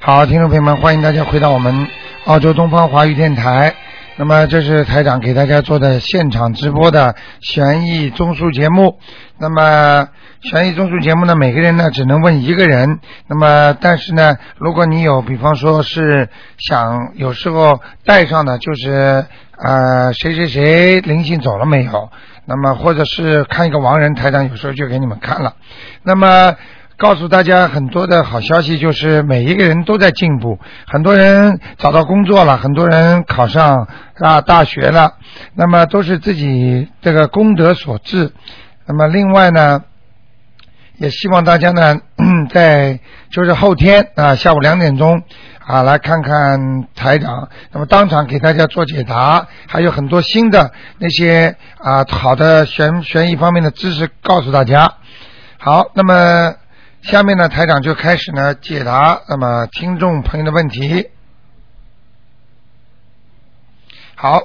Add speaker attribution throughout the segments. Speaker 1: 好，听众朋友们，欢迎大家回到我们澳洲东方华语电台。那么这是台长给大家做的现场直播的悬疑综述节目。那么悬疑综述节目呢，每个人呢只能问一个人。那么但是呢，如果你有，比方说是想有时候带上的就是呃谁谁谁灵性走了没有，那么或者是看一个亡人，台长有时候就给你们看了。那么。告诉大家很多的好消息，就是每一个人都在进步，很多人找到工作了，很多人考上啊大学了，那么都是自己这个功德所致。那么另外呢，也希望大家呢 在就是后天啊下午两点钟啊来看看台长，那么当场给大家做解答，还有很多新的那些啊好的悬悬疑方面的知识告诉大家。好，那么。下面呢，台长就开始呢解答那么听众朋友的问题。好，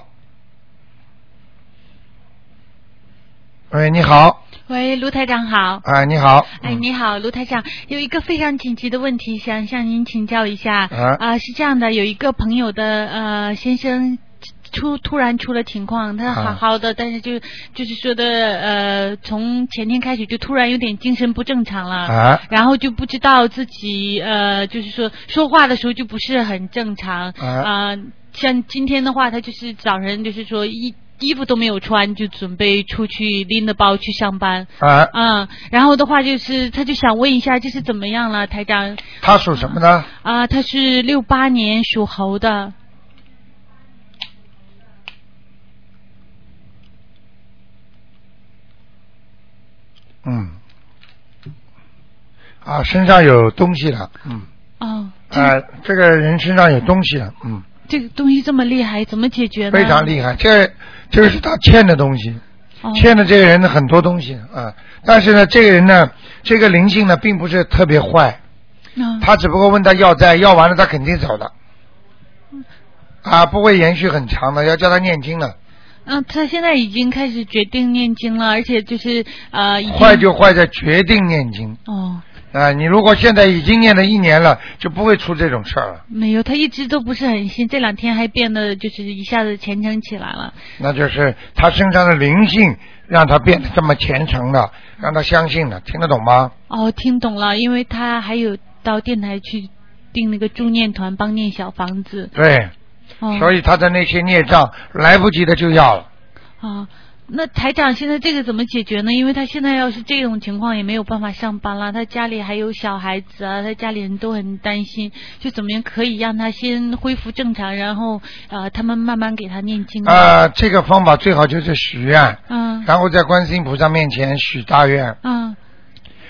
Speaker 1: 喂，你好，
Speaker 2: 喂，卢台长好。
Speaker 1: 哎，你好，
Speaker 2: 哎，你好，卢台长，有一个非常紧急的问题想向您请教一下。
Speaker 1: 啊
Speaker 2: 啊、是这样的，有一个朋友的呃先生出突然出了情况，他好
Speaker 1: 啊
Speaker 2: 好的，但是就就是说的呃，从前天开始就突然有点精神不正常了。
Speaker 1: 啊
Speaker 2: 然后就不知道自己呃，就是说说话的时候就不是很正常
Speaker 1: 啊
Speaker 2: 啊、呃像今天的话，他就是早晨就是说衣衣服都没有穿，就准备出去拎着包去上班。
Speaker 1: 啊，
Speaker 2: 嗯，然后的话就是，他就想问一下，这是怎么样了，台长？
Speaker 1: 他属什么呢？
Speaker 2: 啊、他是六八年属猴的，
Speaker 1: 嗯，啊，身上有东西了，嗯，
Speaker 2: 哦，这、
Speaker 1: 啊，这个人身上有东西了，嗯，
Speaker 2: 这个东西这么厉害，怎么解决呢？
Speaker 1: 非常厉害，这这个是他欠的东西，
Speaker 2: 哦、
Speaker 1: 欠了这个人很多东西啊，但是呢，这个人呢，这个灵性呢，并不是特别坏，
Speaker 2: 嗯
Speaker 1: 他只不过问他要债，要完了他肯定走了，啊，不会延续很长的，要叫他念经了。
Speaker 2: 嗯，他现在已经开始决定念经了，而且就是呃，已经
Speaker 1: 坏就坏在决定念经
Speaker 2: 哦，
Speaker 1: 啊！你如果现在已经念了一年了，就不会出这种事儿了，
Speaker 2: 没有，他一直都不是很信，这两天还变得就是一下子虔诚起来了。
Speaker 1: 那就是他身上的灵性让他变得这么虔诚了，让他相信了，听得懂吗？
Speaker 2: 哦，听懂了，因为他还有到电台去订那个助念团，帮念小房子。
Speaker 1: 对，
Speaker 2: 哦，
Speaker 1: 所以他的那些孽障来不及的就要了。
Speaker 2: 啊，那台长现在这个怎么解决呢？因为他现在要是这种情况也没有办法上班了，他家里还有小孩子啊，他家里人都很担心，就怎么样可以让他先恢复正常，然后呃，他们慢慢给他念经。
Speaker 1: 啊，这个方法最好就是许愿，
Speaker 2: 嗯
Speaker 1: 然后在观世音菩萨面前许大愿。
Speaker 2: 嗯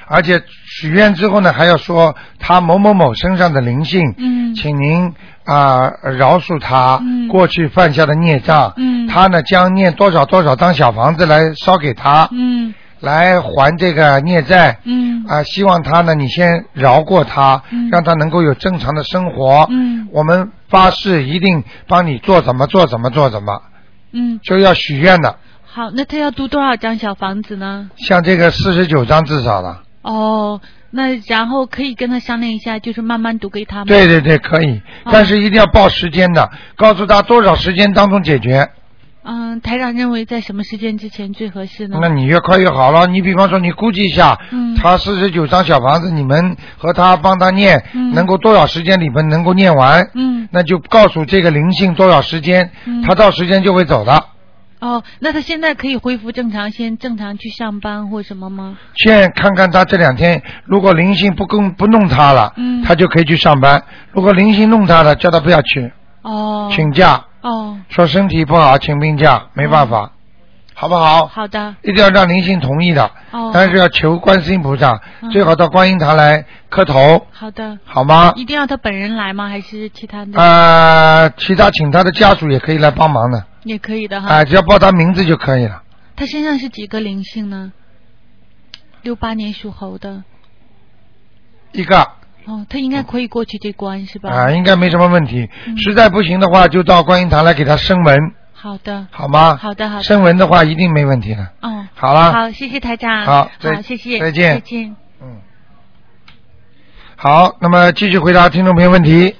Speaker 1: 而且许愿之后呢，还要说他某某某身上的灵性，
Speaker 2: 嗯
Speaker 1: 请您啊、饶恕他、
Speaker 2: 嗯
Speaker 1: 过去犯下的孽障。
Speaker 2: 嗯
Speaker 1: 他呢将念多少多少张小房子来烧给他，
Speaker 2: 嗯
Speaker 1: 来还这个孽债。
Speaker 2: 嗯
Speaker 1: 啊、希望他呢，你先饶过他，
Speaker 2: 嗯
Speaker 1: 让他能够有正常的生活。
Speaker 2: 嗯
Speaker 1: 我们发誓一定帮你做怎么做怎么做怎么，
Speaker 2: 嗯，
Speaker 1: 就要许愿的，
Speaker 2: 好，那他要读多少张小房子呢？
Speaker 1: 像这个四十九章至少了。
Speaker 2: 哦，那然后可以跟他商量一下，就是慢慢读给他吗？
Speaker 1: 对对对，可以，
Speaker 2: 哦
Speaker 1: 但是一定要报时间的，告诉他多少时间当中解决。
Speaker 2: 嗯，台长认为在什么时间之前最合适呢？
Speaker 1: 那你越快越好了。你比方说，你估计一下，
Speaker 2: 嗯
Speaker 1: 他四十九张小房子，你们和他帮他念，
Speaker 2: 嗯
Speaker 1: 能够多少时间里面能够念完，
Speaker 2: 嗯，
Speaker 1: 那就告诉这个灵性多少时间，
Speaker 2: 嗯
Speaker 1: 他到时间就会走的。
Speaker 2: 哦，那他现在可以恢复正常，先正常去上班或什么吗？
Speaker 1: 先看看他这两天，如果灵性不跟不弄他了，
Speaker 2: 嗯
Speaker 1: 他就可以去上班；如果灵性弄他了，叫他不要去，
Speaker 2: 哦，
Speaker 1: 请假，
Speaker 2: 哦，
Speaker 1: 说身体不好，请病假，没办
Speaker 2: 嗯
Speaker 1: 法，好不好？
Speaker 2: 好的，
Speaker 1: 一定要让灵性同意的，
Speaker 2: 哦，
Speaker 1: 但是要求观世音菩萨，
Speaker 2: 嗯
Speaker 1: 最好到观音堂来磕头，
Speaker 2: 好的，
Speaker 1: 好吗？
Speaker 2: 一定要他本人来吗？还是其他的、
Speaker 1: 啊，其他请他的家属也可以来帮忙的，
Speaker 2: 也可以的哈？
Speaker 1: 啊，只要报他名字就可以了。
Speaker 2: 他身上是几个灵性呢？六八年属猴的，
Speaker 1: 一个
Speaker 2: 哦，他应该可以过去这关是吧？
Speaker 1: 嗯啊，应该没什么问题。
Speaker 2: 嗯
Speaker 1: 实在不行的话，就到观音堂来给他声纹，
Speaker 2: 好的，
Speaker 1: 好吗？
Speaker 2: 好的，好的，
Speaker 1: 声纹的话一定没问题的。
Speaker 2: 哦，
Speaker 1: 好了，
Speaker 2: 好，谢谢台长，
Speaker 1: 好
Speaker 2: 好，
Speaker 1: 再
Speaker 2: 谢谢，
Speaker 1: 再见
Speaker 2: 再见。
Speaker 1: 嗯。好，那么继续回答听众朋友问题。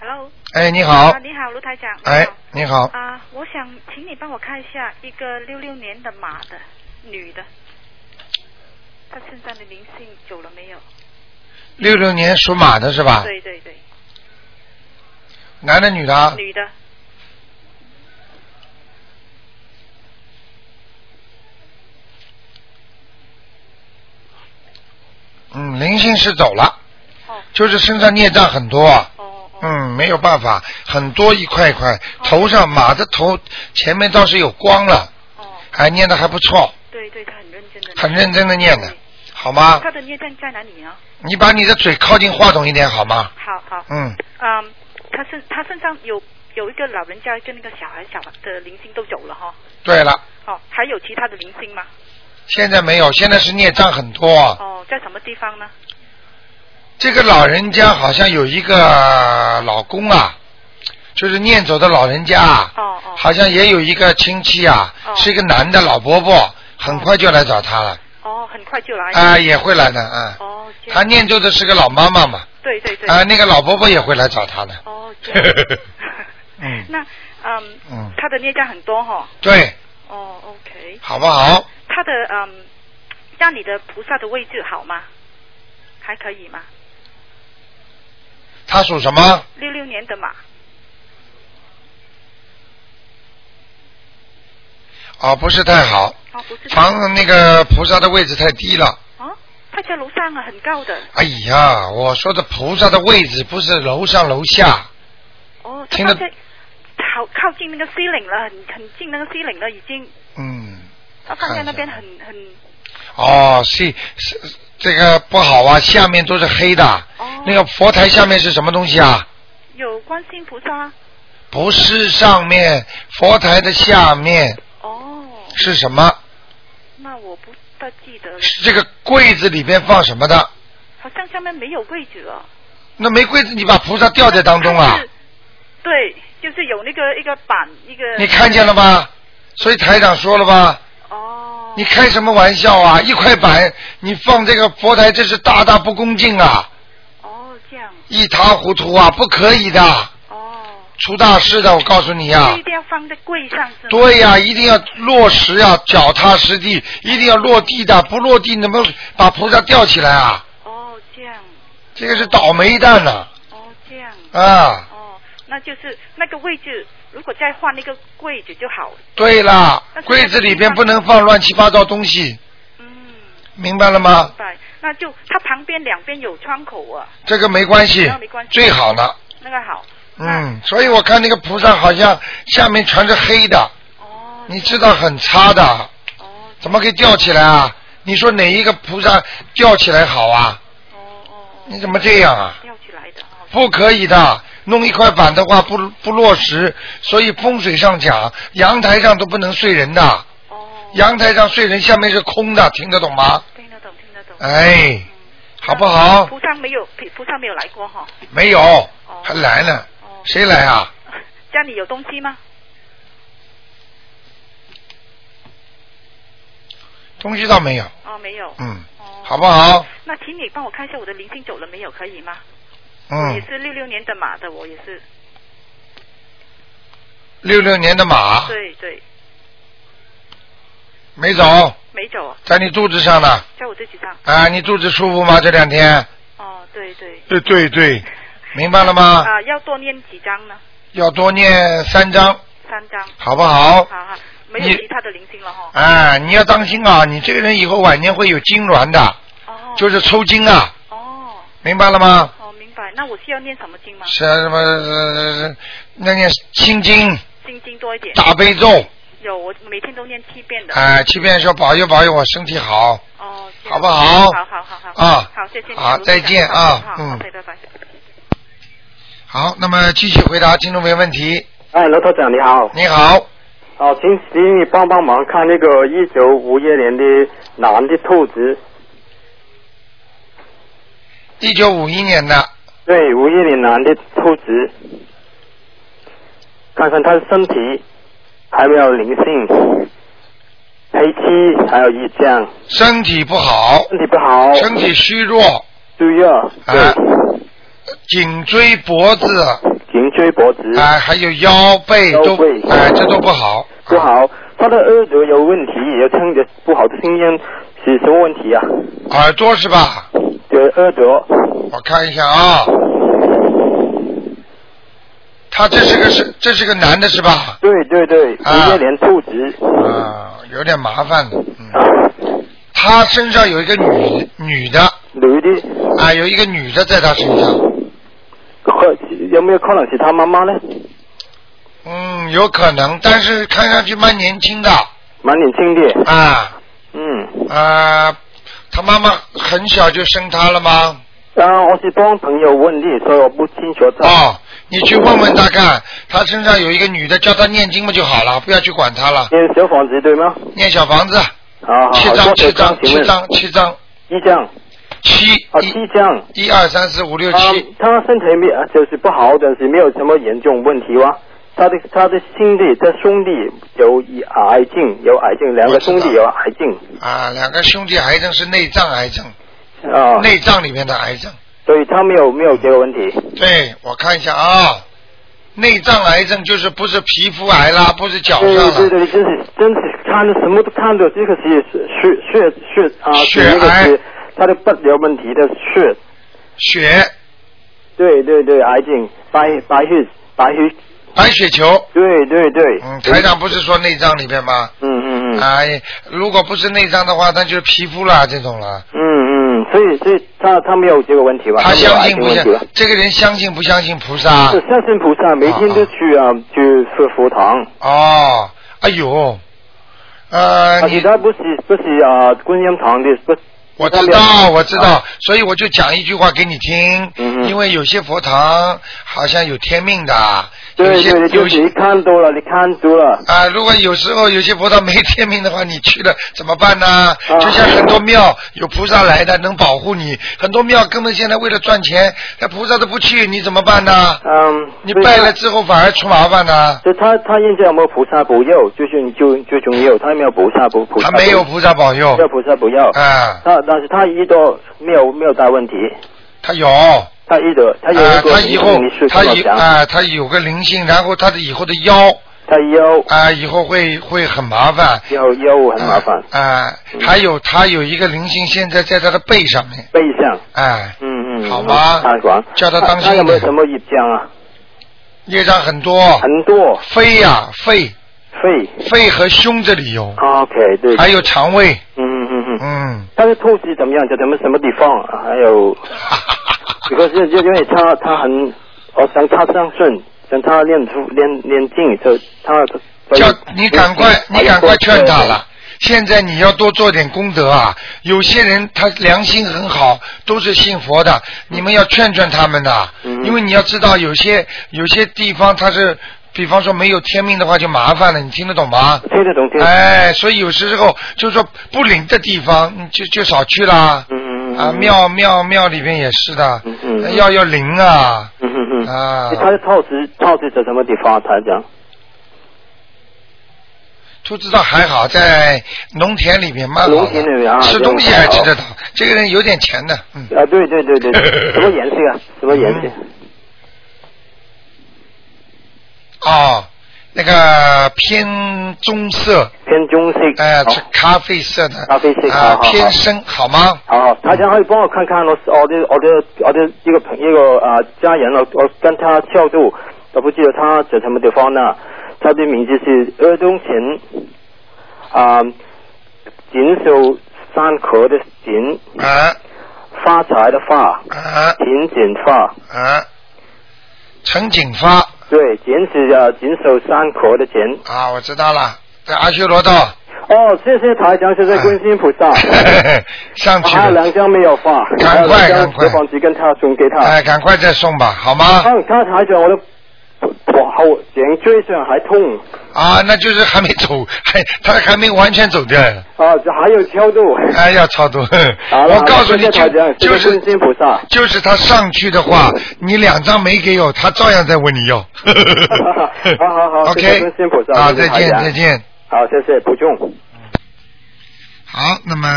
Speaker 3: Hello。
Speaker 1: 哎，你好
Speaker 3: 啊，。你好，卢台长。
Speaker 1: 哎，你好。
Speaker 3: 啊，我想请你帮我看一下一个六六年的马的女的，她身上的灵性走了没有？
Speaker 1: 六六年属马的是吧？
Speaker 3: 对对对，
Speaker 1: 男的女的啊？
Speaker 3: 女的，
Speaker 1: 嗯，灵性是走了，
Speaker 3: 哦
Speaker 1: 就是身上孽障很多啊。
Speaker 3: 哦哦，
Speaker 1: 嗯，没有办法，很多一块一块，头上马的头前面倒是有光了，
Speaker 3: 哦，
Speaker 1: 还念的还不错，
Speaker 3: 对对，她很认真的，
Speaker 1: 很认真的念的，好吗
Speaker 3: 她？的孽障在哪里呢？
Speaker 1: 你把你的嘴靠近话筒一点好吗？
Speaker 3: 好好，
Speaker 1: 嗯，
Speaker 3: 嗯，她身她身上有有一个老人家跟那个小孩小孩的灵性都走了哈、
Speaker 1: 对了，
Speaker 3: 哦，还有其他的灵性吗？
Speaker 1: 现在没有，现在是孽障很多啊。
Speaker 3: 哦，在什么地方呢？
Speaker 1: 这个老人家好像有一个老公啊，就是念走的老人家啊，
Speaker 3: 哦哦，
Speaker 1: 好像也有一个亲戚啊，
Speaker 3: 哦
Speaker 1: 是一个男的老伯伯，很快就来找他了，
Speaker 3: 哦，很快就来。
Speaker 1: 啊，也会来的啊。
Speaker 3: 哦，这
Speaker 1: 他
Speaker 3: 样，
Speaker 1: 念咒的是个老妈妈嘛，
Speaker 3: 对对对。
Speaker 1: 啊，那个老伯伯也会来找他的。
Speaker 3: 哦，这样。
Speaker 1: 嗯
Speaker 3: 那嗯，
Speaker 1: 嗯，
Speaker 3: 他的孽障很多哈、
Speaker 1: 对，
Speaker 3: 哦。OK，
Speaker 1: 好不好？
Speaker 3: 他的嗯，家里的菩萨的位置好吗？还可以吗？
Speaker 1: 他属什么？
Speaker 3: 六六年的马，
Speaker 1: 哦，不是太好，
Speaker 3: 哦，不是
Speaker 1: 房那个菩萨的位置太低了。
Speaker 3: 哦，他在楼上啊，很高的。
Speaker 1: 哎呀，我说的菩萨的位置不是楼上楼下，
Speaker 3: 哦，
Speaker 1: 听
Speaker 3: 他
Speaker 1: 得
Speaker 3: 放在靠靠近那个 ceiling 了，很很近那个 ceiling 了，已经。
Speaker 1: 嗯，
Speaker 3: 他放在那边
Speaker 1: 看
Speaker 3: 很很
Speaker 1: 哦，是是这个不好啊，下面都是黑的。
Speaker 3: 嗯哦嗯
Speaker 1: 那个佛台下面是什么东西啊？
Speaker 3: 有观世音菩萨。啊
Speaker 1: 不是上面，佛台的下面
Speaker 3: 哦，
Speaker 1: 是什么？
Speaker 3: 那我不大记得了，
Speaker 1: 是这个柜子里边放什么的？
Speaker 3: 好像下面没有位置啊了。
Speaker 1: 那没柜子，你把菩萨吊在当中啊
Speaker 3: 它是？对，就是有那个一个板一个。
Speaker 1: 你看见了吧？所以台长说了吧，
Speaker 3: 哦。
Speaker 1: 你开什么玩笑啊？一块板你放这个佛台，这是大大不恭敬啊，
Speaker 3: 哦，这样
Speaker 1: 一塌糊涂啊，不可以的，
Speaker 3: 哦，
Speaker 1: 出大事的，我告诉你呀、
Speaker 3: 就一定要放在柜上是吗？
Speaker 1: 对呀、一定要落实呀、脚踏实地，一定要落地的，不落地怎么把菩萨吊起来啊？
Speaker 3: 哦，这样，
Speaker 1: 这个是倒霉蛋呐
Speaker 3: 哦，这样，
Speaker 1: 啊
Speaker 3: 哦，那就是那个位置，如果再换那个柜子就好。
Speaker 1: 对啦
Speaker 3: 那，是
Speaker 1: 柜子里边不能放乱七八糟东西，
Speaker 3: 嗯，
Speaker 1: 明白了吗
Speaker 3: 明？白。那就它旁边两边有窗口啊，
Speaker 1: 这个没关系
Speaker 3: 那没关，系
Speaker 1: 最好了。
Speaker 3: 那个好。那。
Speaker 1: 嗯，所以我看那个菩萨好像下面全是黑的，
Speaker 3: 哦。
Speaker 1: 你知道很差的，
Speaker 3: 哦
Speaker 1: 怎么可以吊起来啊？你说哪一个菩萨吊起来好啊？
Speaker 3: 哦哦
Speaker 1: 你
Speaker 3: 哦，
Speaker 1: 怎么这样啊？
Speaker 3: 吊起来的哦。
Speaker 1: 不可以的，弄一块板的话不不落实，所以风水上讲，阳台上都不能睡人的，
Speaker 3: 哦。
Speaker 1: 阳台上睡人下面是空的，听得懂吗？
Speaker 3: 听得懂，听得懂。
Speaker 1: 哎，
Speaker 3: 嗯
Speaker 1: 好不好？
Speaker 3: 菩萨没有，菩萨没有来过哈。
Speaker 1: 没有，还来呢，
Speaker 3: 哦。
Speaker 1: 谁来啊？
Speaker 3: 家里有东西吗？
Speaker 1: 东西倒没有，
Speaker 3: 哦，没有。
Speaker 1: 嗯，
Speaker 3: 哦，
Speaker 1: 好不好？
Speaker 3: 那请你帮我看一下我的灵性走了没有，可以吗？我也
Speaker 1: 嗯，
Speaker 3: 是六六年的马的，我也是。
Speaker 1: 六六年的马
Speaker 3: 对对，
Speaker 1: 没走，
Speaker 3: 没走，啊
Speaker 1: 在你肚子上呢，
Speaker 3: 在我自己上。
Speaker 1: 啊，你肚子舒服吗？这两天？
Speaker 3: 哦，对对。
Speaker 1: 对对对，明白了吗？
Speaker 3: 啊，要多念几张呢？
Speaker 1: 要多念三章，
Speaker 3: 三张。
Speaker 1: 好不好？
Speaker 3: 好好，没
Speaker 1: 你
Speaker 3: 有其他的灵性了哈。
Speaker 1: 啊，你要当心啊！你这个人以后晚年会有痉挛的，
Speaker 3: 哦。
Speaker 1: 就是抽筋啊，
Speaker 3: 哦
Speaker 1: 明白了吗？
Speaker 3: 哦，明白。那我需要念什么经吗？
Speaker 1: 是啊什么？呃那念心经、
Speaker 3: 心经多一点。
Speaker 1: 大悲咒
Speaker 3: 有，我每天都念七遍的。
Speaker 1: 啊，欺骗说保佑保佑我身体好。
Speaker 3: 哦。这样
Speaker 1: 好不好
Speaker 3: 好好好好。
Speaker 1: 啊
Speaker 3: 好，谢谢你。
Speaker 1: 好
Speaker 3: 卢
Speaker 1: 再
Speaker 3: 台长
Speaker 1: 见啊
Speaker 3: 好
Speaker 1: 嗯
Speaker 3: 好，拜拜拜。
Speaker 1: 好，那么继续回答听众朋友问题。
Speaker 4: 哎，罗头长你好，
Speaker 1: 你好，
Speaker 4: 哦，请请你帮帮忙看那个一九五一年的男的兔子，
Speaker 1: 一九五一年的，
Speaker 4: 对，五一年男的兔子，看看他的身体还没有灵性，黑气，还有一降，
Speaker 1: 身体不好，
Speaker 4: 身体不好，
Speaker 1: 身体虚弱，
Speaker 4: 就要
Speaker 1: 哎
Speaker 4: 对，
Speaker 1: 颈椎、脖子
Speaker 4: 颈椎脖子
Speaker 1: 啊啊、哎还有腰背
Speaker 4: 腰
Speaker 1: 都
Speaker 4: 背
Speaker 1: 哎、这都不好。
Speaker 4: 不好，他的耳朵有问题，也听着不好的声音，是什么问题啊？
Speaker 1: 耳朵是吧？
Speaker 4: 对，耳朵，
Speaker 1: 我看一下啊，他这是个是这是个男的是吧？
Speaker 4: 对对对，
Speaker 1: 啊
Speaker 4: 五月连兔子，
Speaker 1: 啊，有点麻烦的。嗯，
Speaker 4: 啊，
Speaker 1: 他身上有一个女女的
Speaker 4: 女的，
Speaker 1: 啊，有一个女的在他身上。
Speaker 4: 可有没有可能是他妈妈呢？
Speaker 1: 嗯，有可能，但是看上去蛮年轻的
Speaker 4: 蛮年轻的，
Speaker 1: 啊
Speaker 4: 嗯，
Speaker 1: 啊，他妈妈很小就生他了吗？
Speaker 4: 啊，我是帮朋友问的，所以我不清楚他。
Speaker 1: 哦，你去问问他看，他身上有一个女的，叫他念经不就好了，不要去管他了。
Speaker 4: 念小房子对吗？
Speaker 1: 念小房子，
Speaker 4: 啊，好，
Speaker 1: 七
Speaker 4: 好
Speaker 1: 张，
Speaker 4: 多
Speaker 1: 七
Speaker 4: 少
Speaker 1: 张，
Speaker 4: 张？请
Speaker 1: 七
Speaker 4: 问
Speaker 1: 张，七张，
Speaker 4: 一张
Speaker 1: 七
Speaker 4: 啊，
Speaker 1: 一
Speaker 4: 七张。
Speaker 1: 一二三四五六
Speaker 4: 啊
Speaker 1: 七，，
Speaker 4: 他身体没啊就是不好，但是没有什么严重问题哇。他的他的兄弟，他兄弟有癌症，有癌症，两个兄弟有癌症
Speaker 1: 啊，两个兄弟癌症是内脏癌症，
Speaker 4: 啊，
Speaker 1: 内脏里面的癌症。
Speaker 4: 所以他没有没有这个问题。
Speaker 1: 对，哎我看一下啊，内脏癌症就是不是皮肤癌啦，不是脚上
Speaker 4: 对
Speaker 1: 了，
Speaker 4: 嗯对对，真是真是看的什么都看到，这个是血血血啊，
Speaker 1: 血
Speaker 4: 那个
Speaker 1: 癌
Speaker 4: 是他的不有问题的血，
Speaker 1: 血
Speaker 4: 对对对，癌症白白血白血，
Speaker 1: 白血球。
Speaker 4: 对对对，
Speaker 1: 嗯，台长不是说内脏里面吗？
Speaker 4: 嗯嗯嗯。
Speaker 1: 哎，如果不是内脏的话，那就是皮肤啦这种了。
Speaker 4: 嗯嗯，所以所以他他没有这个问题吧？
Speaker 1: 他
Speaker 4: 没有
Speaker 1: 相
Speaker 4: 癌
Speaker 1: 信
Speaker 4: 症
Speaker 1: 不
Speaker 4: 问
Speaker 1: 相
Speaker 4: 题吧？？
Speaker 1: 这个人相信不相信菩萨啊
Speaker 4: 是？相信菩萨，每天都去啊，去佛佛堂。
Speaker 1: 哦，哎呦，呃，
Speaker 4: 而且
Speaker 1: 你
Speaker 4: 啊他不是不是啊，观音堂的不。啊
Speaker 1: 我知道，我知道，所以我就讲一句话给你听，
Speaker 4: 嗯嗯
Speaker 1: 因为有些佛堂好像有天命的，有
Speaker 4: 对
Speaker 1: 些
Speaker 4: 对对，就
Speaker 1: 有
Speaker 4: 是
Speaker 1: 些
Speaker 4: 你看多了，你看多了。
Speaker 1: 啊、如果有时候有些佛堂没天命的话，你去了 怎么办呢？
Speaker 4: 啊
Speaker 1: 就像很多庙有菩萨来的能保护你，很多庙根本现在为了赚钱，那菩萨都不去，你怎么办呢？
Speaker 4: 嗯，
Speaker 1: 你
Speaker 4: 所以
Speaker 1: 拜
Speaker 4: 他
Speaker 1: 了。之后反而出麻烦呢。
Speaker 4: 所以他他现在有没有菩萨保佑？就是你就最重要，他有没有菩萨不菩萨
Speaker 1: 他
Speaker 4: 保佑？
Speaker 1: 没有菩萨保佑
Speaker 4: 没有菩萨保佑。
Speaker 1: 啊，
Speaker 4: 他但是他遇到没有没有大问题，
Speaker 1: 他有啊，
Speaker 4: 他遇到他有一个
Speaker 1: 他以后
Speaker 4: 你是
Speaker 1: 他
Speaker 4: 怎么
Speaker 1: 以
Speaker 4: 讲？
Speaker 1: 啊，他有个灵性，然后他的以后的腰
Speaker 4: 他腰
Speaker 1: 啊，以后会会很麻烦。
Speaker 4: 腰腰很麻烦，嗯
Speaker 1: 啊，还有他有一个灵性，现在在他的背上面，
Speaker 4: 背上。
Speaker 1: 哎，
Speaker 4: 嗯嗯，
Speaker 1: 好吗
Speaker 4: 他管
Speaker 1: 叫他当心
Speaker 4: 他有没有
Speaker 1: 点
Speaker 4: 什么业障啊？
Speaker 1: 业障很多，
Speaker 4: 很多
Speaker 1: 肺呀、肺、
Speaker 4: 肺。
Speaker 1: 肺和胸这里有，
Speaker 4: OK，对。
Speaker 1: 还有肠胃，
Speaker 4: 嗯嗯嗯嗯，
Speaker 1: 嗯，
Speaker 4: 他的肚子怎么样？在咱们什么地方？啊 还有，这个是因为他他很，我想他上顺，想他练出练练劲，就嗯他。
Speaker 1: 叫你赶快，
Speaker 4: 哎
Speaker 1: 你赶快劝他了。。现在你要多做点功德啊！有些人他良心很好，都是信佛的，你们要劝劝他们呐、
Speaker 4: 嗯
Speaker 1: 因为你要知道，有些有些地方他是，比方说没有天命的话就麻烦了，你听得懂吗？
Speaker 4: 听得懂，听得懂。
Speaker 1: 哎，所以有时候就是说不灵的地方，你就就少去啦。
Speaker 4: 嗯嗯嗯
Speaker 1: 啊，庙庙庙里边也是的
Speaker 4: 嗯，嗯
Speaker 1: 要要灵啊
Speaker 4: 嗯嗯嗯。
Speaker 1: 啊！
Speaker 4: 他的肚子肚子在什么地方？啊台长。
Speaker 1: 就知道还好，在农田里面蛮好的
Speaker 4: 农田里面啊
Speaker 1: 吃东西还吃得到
Speaker 4: 这样。
Speaker 1: 这个人有点钱的，嗯，
Speaker 4: 啊，对对 对对，什么颜色啊？什么颜色？
Speaker 1: 哦，那个偏棕色，
Speaker 4: 偏棕色。
Speaker 1: 哎、
Speaker 4: 好
Speaker 1: 是咖啡色的，
Speaker 4: 咖啡色
Speaker 1: 啊
Speaker 4: 好好，好
Speaker 1: 偏深，好吗？
Speaker 4: 好，大哦家可以帮我看哦看我我的我的我的一个朋一个啊、家人，我我跟他跳度，我不记得他在什么地方呢？他的名字是鄂东琴啊，锦绣山河的锦，
Speaker 1: 啊
Speaker 4: 发财的发，
Speaker 1: 啊
Speaker 4: 锦锦发，
Speaker 1: 啊，陈景发
Speaker 4: 对，锦是啊锦绣山河的锦。
Speaker 1: 啊，我知道了，在阿修罗道，
Speaker 4: 哦，谢谢台长，谢谢观世音菩萨。
Speaker 1: 啊 上
Speaker 4: 我
Speaker 1: 去
Speaker 4: 还有
Speaker 1: 了
Speaker 4: 两，张没有发，还
Speaker 1: 赶
Speaker 4: 有
Speaker 1: 快
Speaker 4: 两张
Speaker 1: 赶快
Speaker 4: 我房子跟他送给他。
Speaker 1: 哎、赶快再送吧，好吗？
Speaker 4: 他他台长我的我后颈椎上还痛
Speaker 1: 啊，那就是还没走， 还他还没完全走掉。
Speaker 4: 啊，还有挑逗。
Speaker 1: 哎呀，超度！
Speaker 4: 好了
Speaker 1: 我告诉你，
Speaker 4: 谢谢
Speaker 1: 就
Speaker 4: 台长
Speaker 1: 就
Speaker 4: 谢谢观世
Speaker 1: 是
Speaker 4: 音菩 萨
Speaker 1: 就是他上去的话，你两张没给我，他照样在问你要。 好
Speaker 4: 好好好谢谢观世音菩
Speaker 1: OK，
Speaker 4: 萨
Speaker 1: 好，
Speaker 4: 谢
Speaker 1: 再
Speaker 4: 谢台
Speaker 1: 见，
Speaker 4: 长
Speaker 1: 再见。
Speaker 4: 好，谢谢，不重。
Speaker 1: 好，那么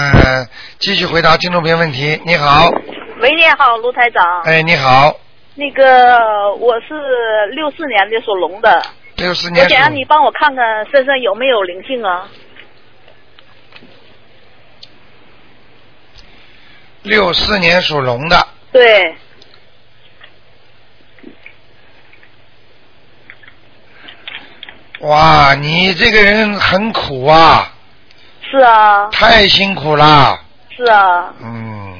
Speaker 1: 继续回答听众朋友问题。你好，
Speaker 5: 喂，你好，卢台长。
Speaker 1: 哎，你好，
Speaker 5: 那个我是六四年的，属龙的。
Speaker 1: 六四
Speaker 5: 我
Speaker 1: 年
Speaker 5: 想让
Speaker 1: 属
Speaker 5: 你帮我看看身上有没有灵性啊？
Speaker 1: 六四年属龙的，
Speaker 5: 对，
Speaker 1: 哇，你这个人很苦啊，
Speaker 5: 是啊，
Speaker 1: 太辛苦啦，
Speaker 5: 是啊，
Speaker 1: 嗯，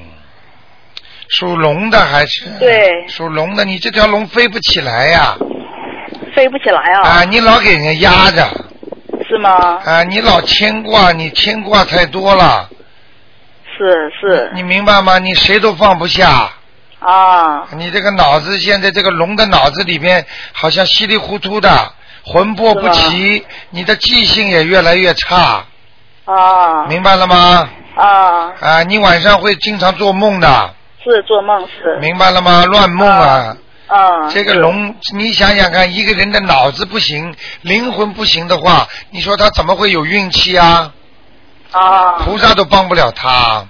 Speaker 1: 属龙的还是
Speaker 5: 对
Speaker 1: 属龙的，你这条龙飞不起来呀、
Speaker 5: 飞不起来
Speaker 1: 啊，
Speaker 5: 啊，
Speaker 1: 你老给人家压着，
Speaker 5: 是吗？
Speaker 1: 啊，你老牵挂，你牵挂太多了，
Speaker 5: 是是
Speaker 1: 你明白吗？你谁都放不下，
Speaker 5: 啊，
Speaker 1: 你这个脑子现在这个龙的脑子里面好像稀里糊涂的，魂魄不齐，你的记性也越来越差，
Speaker 5: 啊
Speaker 1: 明白了吗？
Speaker 5: 啊，
Speaker 1: 啊，你晚上会经常做梦的，
Speaker 5: 是做梦是
Speaker 1: 明白了吗？乱梦啊，
Speaker 5: 啊，
Speaker 1: 这个龙，你想想看，一个人的脑子不行，灵魂不行的话，你说他怎么会有运气啊？
Speaker 5: 啊，
Speaker 1: 菩萨都帮不了他。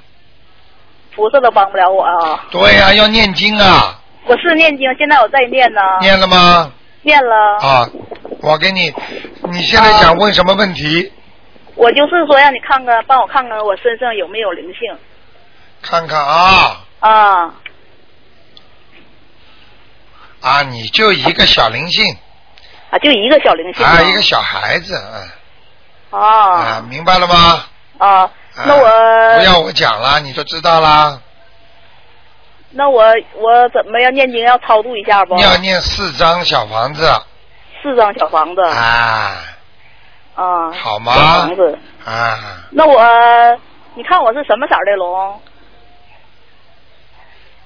Speaker 5: 菩萨都帮不了我啊。
Speaker 1: 对呀、要念经啊，
Speaker 5: 我是念经，现在我在念呢，
Speaker 1: 念了吗？
Speaker 5: 念了。
Speaker 1: 啊，我给你，你现
Speaker 5: 啊
Speaker 1: 在想问什么问题？
Speaker 5: 我就是说让你看看，帮我看看我身上有没有灵性
Speaker 1: 看看啊。
Speaker 5: 啊？
Speaker 1: 啊，你就一个小灵性
Speaker 5: 啊，就一个小灵性
Speaker 1: 啊，一个小孩子，嗯啊，
Speaker 5: 啊呃
Speaker 1: 明白了吗？
Speaker 5: 啊，
Speaker 1: 啊
Speaker 5: 那我
Speaker 1: 不要我讲了，你就知道啦。
Speaker 5: 那我我怎么样念经要超度一下不
Speaker 1: 你？要念四张小房子
Speaker 5: 四张小房子
Speaker 1: 啊，
Speaker 5: 啊，
Speaker 1: 好吗
Speaker 5: 小房子。
Speaker 1: 啊
Speaker 5: 那我呃你看我是什么色儿的龙？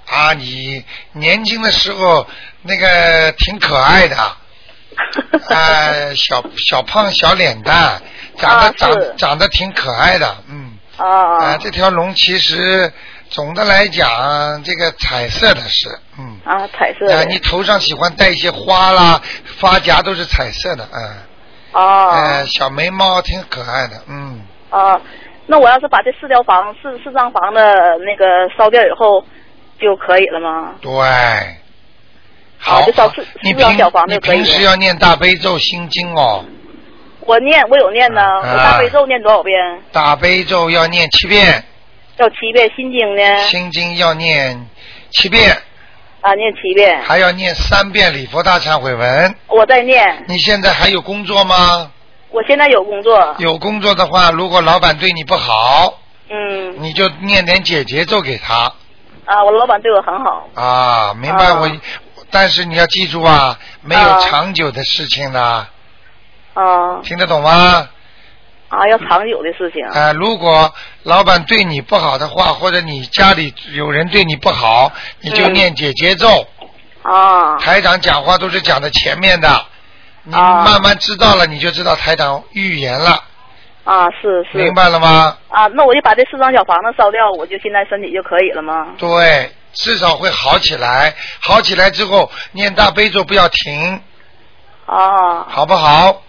Speaker 1: 啊！你年轻的时候那个挺可爱 的，啊，小小胖小脸蛋，长得、
Speaker 5: 啊是
Speaker 1: 长长得挺可爱的，嗯
Speaker 5: 啊
Speaker 1: 这条龙其实总的来讲，这个彩色的是，嗯。
Speaker 5: 啊，彩色
Speaker 1: 啊，
Speaker 5: 的
Speaker 1: 你头上喜欢戴一些花啦，发夹都是彩色的，嗯，
Speaker 5: 啊
Speaker 1: 呃，小眉毛挺可爱的，嗯，
Speaker 5: 啊。那我要是把这四条房四四张房子那个烧掉以后就可以了吗？啊
Speaker 1: 对，好，
Speaker 5: 就烧四
Speaker 1: 你
Speaker 5: 四张
Speaker 1: 平
Speaker 5: 小房子
Speaker 1: 你
Speaker 5: 可以
Speaker 1: 平时要念大悲咒心经哦，
Speaker 5: 我念，我有念呢。
Speaker 1: 啊
Speaker 5: 我大悲咒念多少遍？
Speaker 1: 大悲咒要念七遍，
Speaker 5: 要七遍。心经呢？
Speaker 1: 心经要念七遍，
Speaker 5: 啊，念七遍。
Speaker 1: 还要念三遍礼佛大忏悔文。
Speaker 5: 我在念。
Speaker 1: 你现在还有工作吗？
Speaker 5: 我现在有工作。
Speaker 1: 有工作的话，如果老板对你不好，
Speaker 5: 嗯。
Speaker 1: 你就念点解结咒给他。
Speaker 5: 啊，我老板对我很好。
Speaker 1: 啊，明白
Speaker 5: 啊
Speaker 1: 我，但是你要记住啊，没有
Speaker 5: 啊
Speaker 1: 长久的事情的，
Speaker 5: 啊
Speaker 1: 听得懂吗？
Speaker 5: 啊，要长久的事情。
Speaker 1: 啊、如果老板对你不好的话，或者你家里有人对你不好，你就
Speaker 5: 嗯
Speaker 1: 念姐姐咒。
Speaker 5: 啊
Speaker 1: 台长讲话都是讲的前面的，你
Speaker 5: 啊
Speaker 1: 慢慢知道了，你就知道台长预言了，
Speaker 5: 啊，是是。
Speaker 1: 明白了吗？
Speaker 5: 啊，那我就把这四张小房子烧掉，我就现在身体就可以了吗？
Speaker 1: 对，至少会好起来。好起来之后，念大悲咒不要停，
Speaker 5: 啊
Speaker 1: 好不好？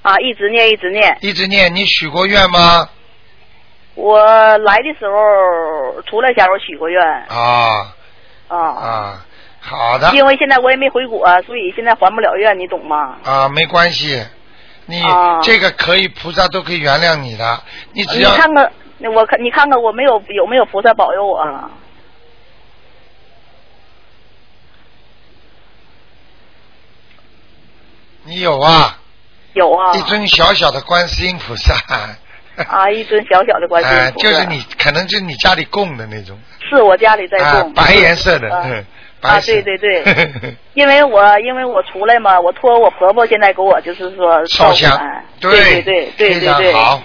Speaker 5: 啊，一直念一直念。
Speaker 1: 一直念。你许过愿吗？
Speaker 5: 我来的时候，出来前我许过愿
Speaker 1: 啊。
Speaker 5: 啊，
Speaker 1: 啊，好的
Speaker 5: 因为现在我也没回国，所以现在还不了愿，你懂吗？
Speaker 1: 啊，没关系，你、
Speaker 5: 啊
Speaker 1: 这个可以，菩萨都可以原谅你的，你只
Speaker 5: 你
Speaker 1: 要
Speaker 5: 看看，我看你看看我没有有没有菩萨保佑我 啊？
Speaker 1: 你有啊，
Speaker 5: 有啊，
Speaker 1: 一尊小小的观世音菩萨，
Speaker 5: 啊，一尊小小的观世音
Speaker 1: 哎
Speaker 5: 菩萨
Speaker 1: 就是你，可能就是你家里供的那种，
Speaker 5: 是我家里在
Speaker 1: 啊
Speaker 5: 供，，
Speaker 1: 白颜色的，
Speaker 5: 啊
Speaker 1: 嗯白色
Speaker 5: 对对
Speaker 1: 对，
Speaker 5: 因为我因为我出来嘛，我托我婆婆现在给我就是说
Speaker 1: 烧
Speaker 5: 照顾
Speaker 1: 香
Speaker 5: 俺，
Speaker 1: 对
Speaker 5: 哎对对对
Speaker 1: 非
Speaker 5: 对
Speaker 1: 常
Speaker 5: 对，
Speaker 1: 好，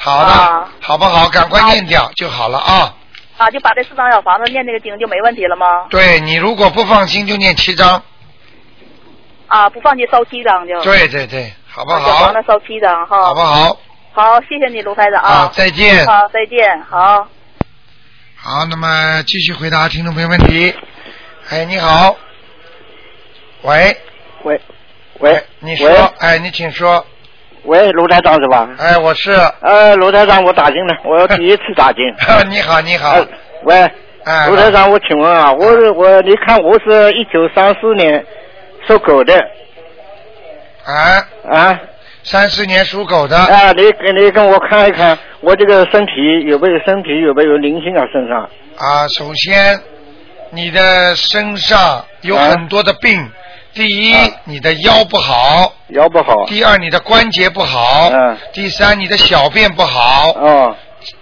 Speaker 1: 好的，
Speaker 5: 啊
Speaker 1: 好不好？赶快念掉就好了啊。
Speaker 5: 啊，就把这四张小房子念那个经就没问题了吗？
Speaker 1: 对你如果不放心，就念七章，
Speaker 5: 啊，不放弃烧七张就，
Speaker 1: 对对对，好不
Speaker 5: 啊小
Speaker 1: 好
Speaker 5: 房？子烧七张哈，
Speaker 1: 好不好？
Speaker 5: 好，谢谢你卢台长
Speaker 1: 啊，再见。
Speaker 5: 好，再见，好。
Speaker 1: 好，那么继续回答听众朋友问题。哎，你好，喂，
Speaker 6: 喂，喂
Speaker 1: 哎，你说，哎，你请说，
Speaker 6: 喂，卢台长是吧？
Speaker 1: 哎，我是。
Speaker 6: 呃，卢台长，我打进了，我第一次 打进。
Speaker 1: 啊你好，你好。
Speaker 6: 呃喂，
Speaker 1: 哎，
Speaker 6: 卢台长，我请问啊，我是我，你看我是一九三四年属狗的
Speaker 1: 啊，
Speaker 6: 啊
Speaker 1: 三四年属狗的。
Speaker 6: 啊，你你跟我看一看，我这个身体有没有身体有没有灵性啊身上？
Speaker 1: 啊，首先你的身上有很多的病，
Speaker 6: 啊
Speaker 1: 第一、你的腰不好，
Speaker 6: 腰不好。
Speaker 1: 第二你的关节不好，
Speaker 6: 哦嗯
Speaker 1: 第三你的小便不好，
Speaker 6: 哦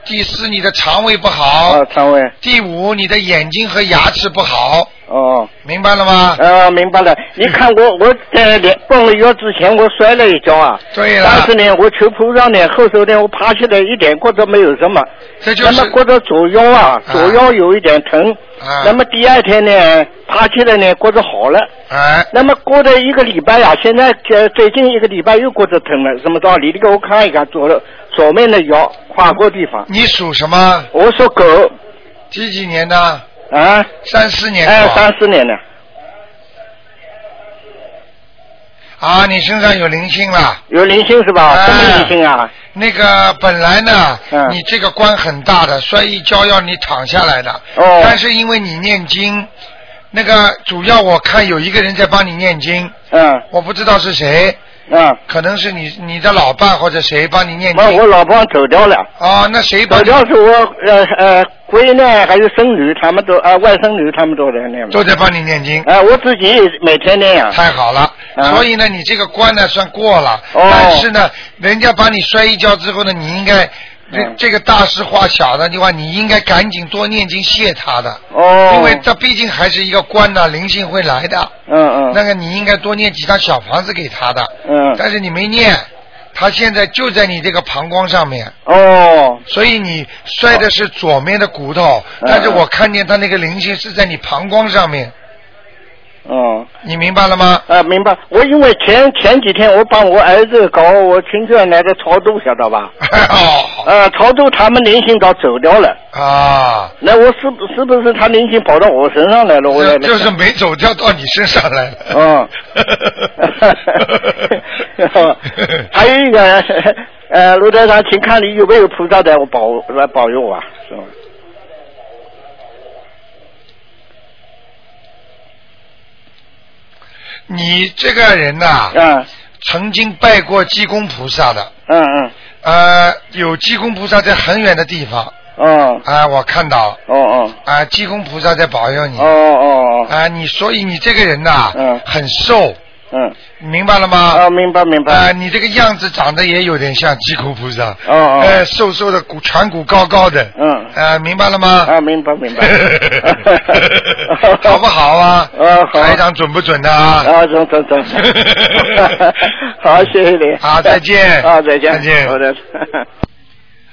Speaker 1: 第四你的肠胃不好，
Speaker 6: 哦，肠胃
Speaker 1: 第五你的眼睛和牙齿不好，
Speaker 6: 哦。
Speaker 1: 明白了吗？
Speaker 6: 呃，明白了。 你看我，我在连蹦了腰之前，我摔了一跤啊。
Speaker 1: 对
Speaker 6: 但
Speaker 1: 了
Speaker 6: 是，呢，我求菩萨呢，后头呢，我爬起来一点觉着没有什么，
Speaker 1: 这就
Speaker 6: 那
Speaker 1: 是
Speaker 6: 么觉着左腰啊，
Speaker 1: 啊
Speaker 6: 左腰有一点疼，
Speaker 1: 啊
Speaker 6: 那么第二天呢，爬起来呢，觉着好了，
Speaker 1: 哎，
Speaker 6: 那么过了一个礼拜呀、现在这最近一个礼拜又觉着疼了，什么道理？你给我看一看左左面的腰胯骨地方，
Speaker 1: 你属什么？
Speaker 6: 我说狗
Speaker 1: 几几年的？
Speaker 6: 啊，
Speaker 1: 三四年
Speaker 6: 哎
Speaker 1: 是，吧
Speaker 6: 三四年了，
Speaker 1: 啊，你身上有灵性了。
Speaker 6: 有灵性是吧？
Speaker 1: 哎
Speaker 6: 什么啊灵性啊？
Speaker 1: 那个本来呢，
Speaker 6: 嗯
Speaker 1: 你这个关很大的，摔一跤要你躺下来的。
Speaker 6: 哦
Speaker 1: 但是因为你念经，那个主要我看有一个人在帮你念经，
Speaker 6: 嗯
Speaker 1: 我不知道是谁，
Speaker 6: 嗯，
Speaker 1: 可能是你你的老伴或者谁帮你念
Speaker 6: 我
Speaker 1: 经。
Speaker 6: 我老婆走掉了。
Speaker 1: 哦，那谁帮你？
Speaker 6: 主要是我呃呃闺女还有孙女，他们都呃外孙女他们都在那嘛。
Speaker 1: 都在帮你念经。
Speaker 6: 啊，我自己每天那样。
Speaker 1: 太好了，
Speaker 6: 嗯
Speaker 1: 所以呢，你这个关呢算过了，
Speaker 6: 哦
Speaker 1: 但是呢，人家把你摔一跤之后呢，你应该，这、
Speaker 6: 嗯
Speaker 1: 这个大事化小的话，你应该赶紧多念经谢他的，
Speaker 6: 哦。
Speaker 1: 因为这毕竟还是一个关呐、灵性会来的。
Speaker 6: 嗯
Speaker 1: 那
Speaker 6: 嗯
Speaker 1: 个你应该多念几张小房子给他的，
Speaker 6: 嗯
Speaker 1: 但是你没念，他现在就在你这个膀胱上面，
Speaker 6: 哦
Speaker 1: 所以你摔的是左面的骨头，
Speaker 6: 嗯
Speaker 1: 但是我看见他那个灵性是在你膀胱上面，
Speaker 6: 哦
Speaker 1: 你明白了吗？
Speaker 6: 啊，明白。我因为前前几天我帮我儿子搞我亲戚来的超度，晓得吧？
Speaker 1: 哦，
Speaker 6: 呃，超度他们灵性到走掉了，
Speaker 1: 啊，
Speaker 6: 那我是不是不是他灵性跑到我身上来了？我来
Speaker 1: 就就是没走掉到你身上来了。
Speaker 6: 哦 还有一个，哎呃，卢台长，请看你有没有菩萨在我保来保佑我啊？是吧？
Speaker 1: 你这个人呐、
Speaker 6: 嗯
Speaker 1: 曾经拜过济公菩萨的，
Speaker 6: 嗯嗯，
Speaker 1: 呃，有济公菩萨在很远的地方，
Speaker 6: 哦
Speaker 1: 啊、我看到了，
Speaker 6: 哦哦
Speaker 1: 啊、济公菩萨在保佑你，
Speaker 6: 哦
Speaker 1: 啊、
Speaker 6: 哦哦，
Speaker 1: 你所以你这个人呐、
Speaker 6: 嗯
Speaker 1: 很瘦，
Speaker 6: 嗯，
Speaker 1: 明白了吗？
Speaker 6: 哦，明白明
Speaker 1: 啊、
Speaker 6: 白，
Speaker 1: 你这个样子长得也有点像济公菩萨，
Speaker 6: 哦哦，
Speaker 1: 呃，瘦瘦的骨，颧骨高高的，
Speaker 6: 嗯，
Speaker 1: 呃，明白了吗？，
Speaker 6: 啊，明白明白好
Speaker 1: 好不？好啊？
Speaker 6: 呃，好，
Speaker 1: 台长准不准的啊？
Speaker 6: 啊，中中 中， 好，谢谢你，
Speaker 1: 好再见
Speaker 6: 啊，再见，
Speaker 1: 再见
Speaker 6: 好的。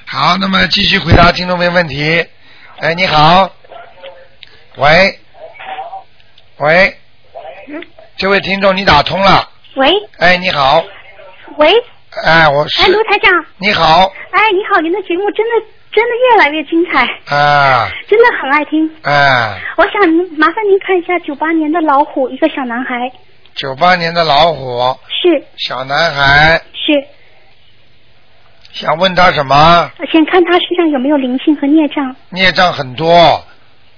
Speaker 1: 好，那么继续回答听众朋友问题。哎，你好，喂，喂，这位听众你打通了。
Speaker 7: 喂
Speaker 1: 哎，你好，
Speaker 7: 喂，
Speaker 1: 哎，我是
Speaker 7: 哎，卢台长，
Speaker 1: 你好
Speaker 7: 哎，你好，您的节目真的真的越来越精彩，
Speaker 1: 啊
Speaker 7: 真的很爱听。
Speaker 1: 啊，
Speaker 7: 我想您麻烦您看一下九八年的老虎，一个小男孩，
Speaker 1: 九八年的老虎
Speaker 7: 是
Speaker 1: 小男孩，
Speaker 7: 是，
Speaker 1: 想问他什么？
Speaker 7: 想看他身上有没有灵性和孽障。
Speaker 1: 孽障很多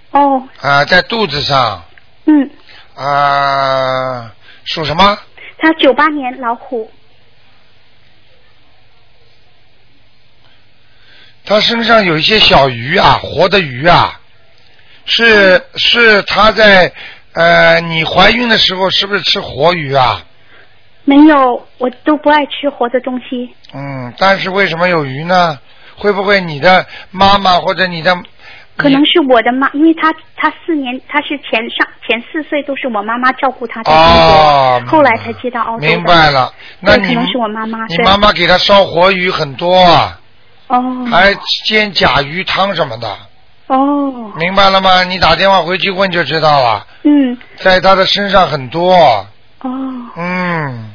Speaker 7: 哦，
Speaker 1: 啊，在肚子上
Speaker 7: 嗯，
Speaker 1: 啊，属什么？
Speaker 7: 他九八年老虎，
Speaker 1: 他身上有一些小鱼啊，活的鱼啊，是是他在呃，你怀孕的时候是不是吃活鱼啊？
Speaker 7: 没有，我都不爱吃活的东西。
Speaker 1: 嗯，但是为什么有鱼呢？会不会你的妈妈或者你的
Speaker 7: 可能是我的妈，因为他他四年，他是前上前四岁都是我妈妈照顾他在
Speaker 1: 哦
Speaker 7: 中，国，后来才接到澳洲的。
Speaker 1: 明白了，那
Speaker 7: 对
Speaker 1: 你
Speaker 7: 可能是我妈妈
Speaker 1: 你
Speaker 7: 对
Speaker 1: 妈妈给他烧活鱼很多啊，
Speaker 7: 哦
Speaker 1: 还煎甲鱼汤什么的，
Speaker 7: 哦，
Speaker 1: 明白了吗？你打电话回去问就知道了，
Speaker 7: 嗯
Speaker 1: 在他的身上很多，
Speaker 7: 哦
Speaker 1: 嗯，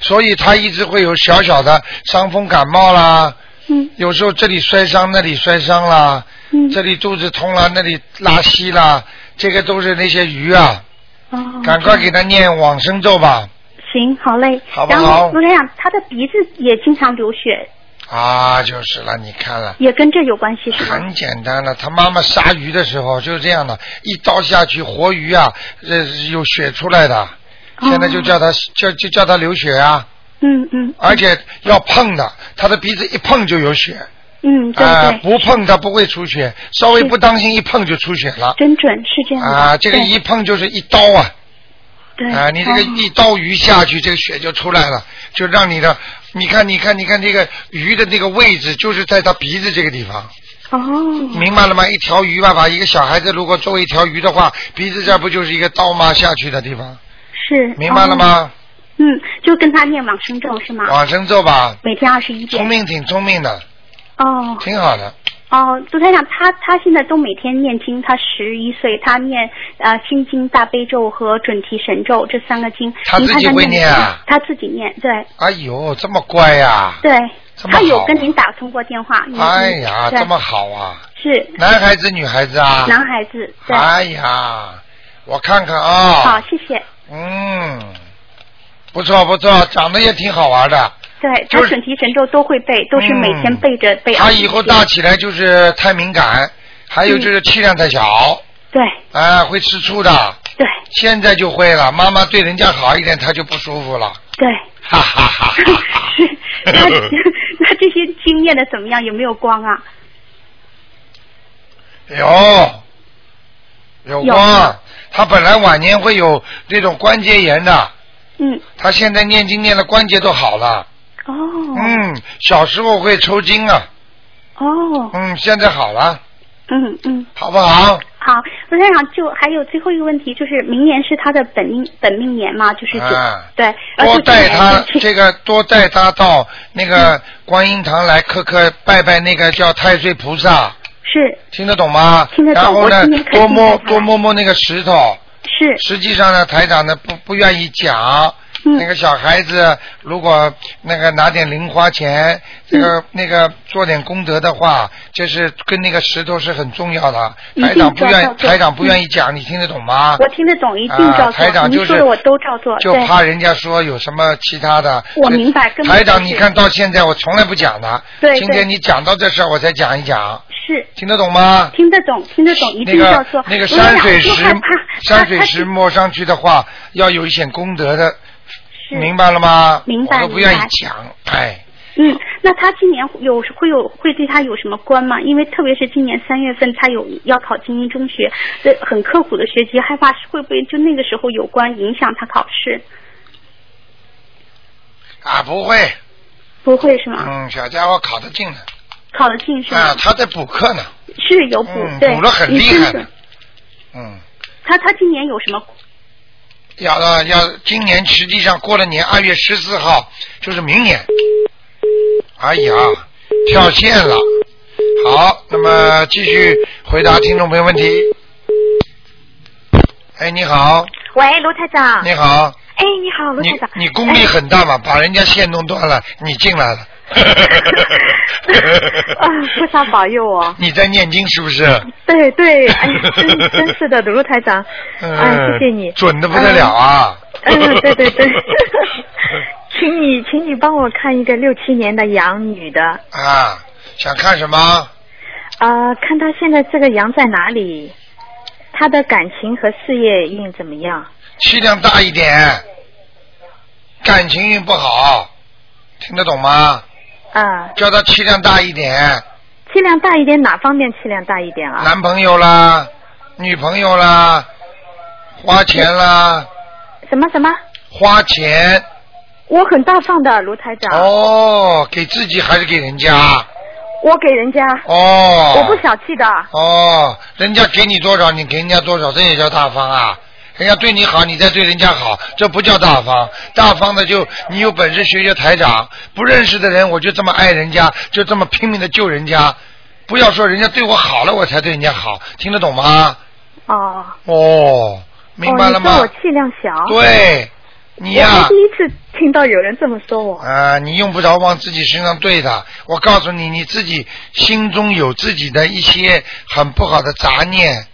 Speaker 1: 所以他一直会有小小的伤风感冒啦，
Speaker 7: 嗯
Speaker 1: 有时候这里摔伤那里摔伤啦，
Speaker 7: 嗯
Speaker 1: 这里肚子痛啦那里拉稀啦，这个都是那些鱼啊，
Speaker 7: 哦，
Speaker 1: 赶快给他念往生咒吧。
Speaker 7: 行，好嘞。
Speaker 1: 好不
Speaker 7: 然
Speaker 1: 好
Speaker 7: 后卢台长，他的鼻子也经常流血，
Speaker 1: 啊，就是了，你看了。
Speaker 7: 也跟这有关系是吗？
Speaker 1: 很简单了，他妈妈杀鱼的时候就是这样的，一刀下去，活鱼啊，这有血出来的。
Speaker 7: 哦
Speaker 1: 现在就叫他叫就叫他流血啊，
Speaker 7: 嗯嗯
Speaker 1: 而且要碰的，他的鼻子一碰就有血，
Speaker 7: 嗯，对
Speaker 1: 啊、
Speaker 7: 对，
Speaker 1: 不碰他不会出血，稍微不当心一碰就出血了，
Speaker 7: 真准是这样的。
Speaker 1: 啊，这个
Speaker 7: 对
Speaker 1: 一碰就是一刀啊，
Speaker 7: 对
Speaker 1: 啊，你这个
Speaker 7: 哦
Speaker 1: 一刀鱼下去，这个血就出来了，就让你的，你看你看你看这个鱼的那个位置就是在他鼻子这个地方，
Speaker 7: 哦，
Speaker 1: 明白了吗？一条鱼吧，把一个小孩子如果作为一条鱼的话，鼻子这儿不就是一个刀吗？下去的地方，
Speaker 7: 是
Speaker 1: 明白了？
Speaker 7: 哦
Speaker 1: 吗？
Speaker 7: 嗯，就跟他念往生咒是吗？
Speaker 1: 往生咒吧，
Speaker 7: 每天二十一
Speaker 1: 聪
Speaker 7: 遍。
Speaker 1: 明挺聪明的，
Speaker 7: 哦
Speaker 1: 挺好的。
Speaker 7: 哦，朱台长，他他现在都每天念经，他十一岁，他念呃心经、大悲咒和准提神咒这三个经。
Speaker 1: 他
Speaker 7: 您
Speaker 1: 自
Speaker 7: 看
Speaker 1: 己
Speaker 7: 他
Speaker 1: 会
Speaker 7: 得
Speaker 1: 念啊
Speaker 7: 怎么样他自己念，对
Speaker 1: 哎呦，这么乖呀、
Speaker 7: 对。
Speaker 1: 这么好啊
Speaker 7: 他有跟您打通过电话。您嗯
Speaker 1: 哎呀，
Speaker 7: 对
Speaker 1: 这么好啊！
Speaker 7: 是
Speaker 1: 男孩子女孩子啊？
Speaker 7: 男孩子，对，
Speaker 1: 哎呀，我看看
Speaker 7: 好，
Speaker 1: 啊，
Speaker 7: 谢谢。
Speaker 1: 嗯，不错不错，长得也挺好玩的。
Speaker 7: 对
Speaker 1: 就是
Speaker 7: 他
Speaker 1: 嗯
Speaker 7: 准提神咒都会背，都是每天背着背。
Speaker 1: 他以后大起来就是太敏感，还有
Speaker 7: 嗯
Speaker 1: 就是气量太小，
Speaker 7: 对
Speaker 1: 啊，会吃醋的。
Speaker 7: 对
Speaker 1: 现在就会了，妈妈对人家好一点，他就不舒服了。
Speaker 7: 对，
Speaker 1: 哈哈哈哈哈！
Speaker 7: 是那 那这些经验的怎么样？有没有光啊？
Speaker 1: 有有
Speaker 7: 有
Speaker 1: 光
Speaker 7: 吗，
Speaker 1: 他本来晚年会有这种关节炎的，
Speaker 7: 嗯，
Speaker 1: 他现在念经念的关节都好了。
Speaker 7: 哦
Speaker 1: 嗯，小时候会抽筋啊，
Speaker 7: 哦，
Speaker 1: 嗯，现在好了，
Speaker 7: 嗯嗯。
Speaker 1: 好不好？
Speaker 7: 好，卢台长，就还有最后一个问题，就是明年是他的本命本命年嘛，就是九、
Speaker 1: 啊
Speaker 7: 对，而
Speaker 1: 多
Speaker 7: 且
Speaker 1: 带他
Speaker 7: 这
Speaker 1: 这个，多带他到那
Speaker 7: 嗯
Speaker 1: 个观音堂来磕磕拜拜，那个叫太岁菩萨，
Speaker 7: 是
Speaker 1: 听得懂吗？
Speaker 7: 听得懂
Speaker 1: 然后
Speaker 7: 我
Speaker 1: 呢
Speaker 7: 今天，肯定
Speaker 1: 多摸
Speaker 7: 带他来
Speaker 1: 多摸摸那个石头，
Speaker 7: 是
Speaker 1: 实际上呢，台长呢不不愿意讲。
Speaker 7: 嗯
Speaker 1: 那个小孩子如果那个拿点零花
Speaker 7: 嗯
Speaker 1: 钱，这个那个做点功德的话，就是跟那个石头是很重要的。
Speaker 7: 一定
Speaker 1: 台长不
Speaker 7: 照
Speaker 1: 愿
Speaker 7: 照，做
Speaker 1: 台长不愿意讲，你听得懂吗？
Speaker 7: 我听得懂，一定照
Speaker 1: 啊，
Speaker 7: 做。
Speaker 1: 台长就是
Speaker 7: 您说的我都照做，
Speaker 1: 就
Speaker 7: 对
Speaker 1: 怕人家说有什么其他的。
Speaker 7: 我
Speaker 1: 所以
Speaker 7: 明白根本
Speaker 1: 台长，
Speaker 7: 就是
Speaker 1: 你看到现在我从来不讲的，
Speaker 7: 对
Speaker 1: 今
Speaker 7: 对
Speaker 1: 天你讲到这事儿我才讲一讲，
Speaker 7: 是。
Speaker 1: 听得懂吗？
Speaker 7: 听得懂，听得懂，一
Speaker 1: 那
Speaker 7: 定照
Speaker 1: 个
Speaker 7: 做。
Speaker 1: 那个
Speaker 7: 卢台
Speaker 1: 山
Speaker 7: 长
Speaker 1: 水
Speaker 7: 我
Speaker 1: 石
Speaker 7: 就害怕，
Speaker 1: 山水
Speaker 7: 他
Speaker 1: 石摸上去的话，要有一些功德的，
Speaker 7: 是
Speaker 1: 明白了吗？
Speaker 7: 明白
Speaker 1: 我都不愿意
Speaker 7: 明白
Speaker 1: 讲，哎，
Speaker 7: 嗯，那他今年有会有会对他有什么关吗？因为特别是今年三月份，他有要考精英中学，这很刻苦的学习，害怕会不会就那个时候有关影响他考试？
Speaker 1: 啊，不会，
Speaker 7: 不会是吗？
Speaker 1: 嗯，小家伙考得进了，
Speaker 7: 考得进是吗？
Speaker 1: 啊，他在补课呢，
Speaker 7: 是有补，
Speaker 1: 嗯，
Speaker 7: 对，
Speaker 1: 补了很
Speaker 7: 你
Speaker 1: 厉
Speaker 7: 先
Speaker 1: 害
Speaker 7: 生
Speaker 1: 的，嗯。
Speaker 7: 他他今年有什么？
Speaker 1: 要呃要，今年实际上过了年，二月十四号就是明年。哎呀，跳线了。好，那么继续回答听众朋友问题。哎，你好，
Speaker 8: 喂，卢台长。
Speaker 1: 你好，
Speaker 8: 哎，你好，卢
Speaker 1: 你
Speaker 8: 台长。
Speaker 1: 你功力很大嘛，把人家线弄断了，你进来了。
Speaker 8: 啊，菩萨保佑 我！
Speaker 1: 你在念经是不是？
Speaker 8: 对对，哎，真真是的，卢台长，哎，谢谢你，
Speaker 1: 嗯准的不得了啊！
Speaker 8: 嗯！嗯，对对对， 请你，请你帮我看一个六七年的羊女的，
Speaker 1: 啊，想看什么？
Speaker 8: 呃，看她现在这个羊在哪里，她的感情和事业运怎么样？
Speaker 1: 气量大一点，感情运不好，听得懂吗？
Speaker 8: 啊，
Speaker 1: 叫他气量大一点，
Speaker 8: 气量大一点，哪方面气量大一点啊？
Speaker 1: 男朋友啦，女朋友啦，花钱啦，
Speaker 8: 什么什么？
Speaker 1: 花钱
Speaker 8: 我很大方的，卢台长，
Speaker 1: 哦，给自己还是给人家
Speaker 8: 我给人家，
Speaker 1: 哦，
Speaker 8: 我不小气的。
Speaker 1: 哦，人家给你多少，你给人家多少，这也叫大方啊！人家对你好，你再对人家好，这不叫大方。大方的就你有本事学学台长，不认识的人我就这么爱人家，就这么拼命的救人家。不要说人家对我好了，我才对人家好，听得懂吗？
Speaker 8: 哦，
Speaker 1: 哦，明白了
Speaker 8: 哦、你
Speaker 1: 吗？
Speaker 8: 说我气量小，
Speaker 1: 对，你呀、
Speaker 8: 我第一次听到有人这么说我。
Speaker 1: 啊，你用不着往自己身上对的。我告诉你，你自己心中有自己的一些很不好的杂念，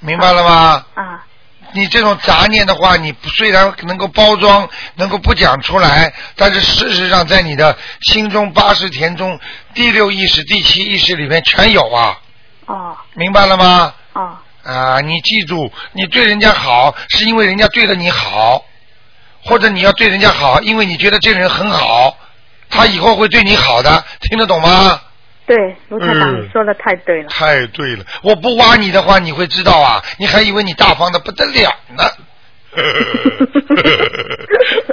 Speaker 1: 明白了吗？
Speaker 8: 啊，
Speaker 1: 你这种杂念的话，你不虽然能够包装，能够不讲出来，但是事实上在你的心中八十田中第六意识、第七意识里面全有啊，
Speaker 8: 哦
Speaker 1: 明白了吗？
Speaker 8: 哦
Speaker 1: 啊，你记住，你对人家好是因为人家对了你好，或者你要对人家好，因为你觉得这个人很好，他以后会对你好的，听得懂吗？
Speaker 8: 对，卢台长，
Speaker 1: 嗯
Speaker 8: 你说的太对了。
Speaker 1: 太对了，我不挖你的话，你会知道啊，你还以为你大方的不得了 呢。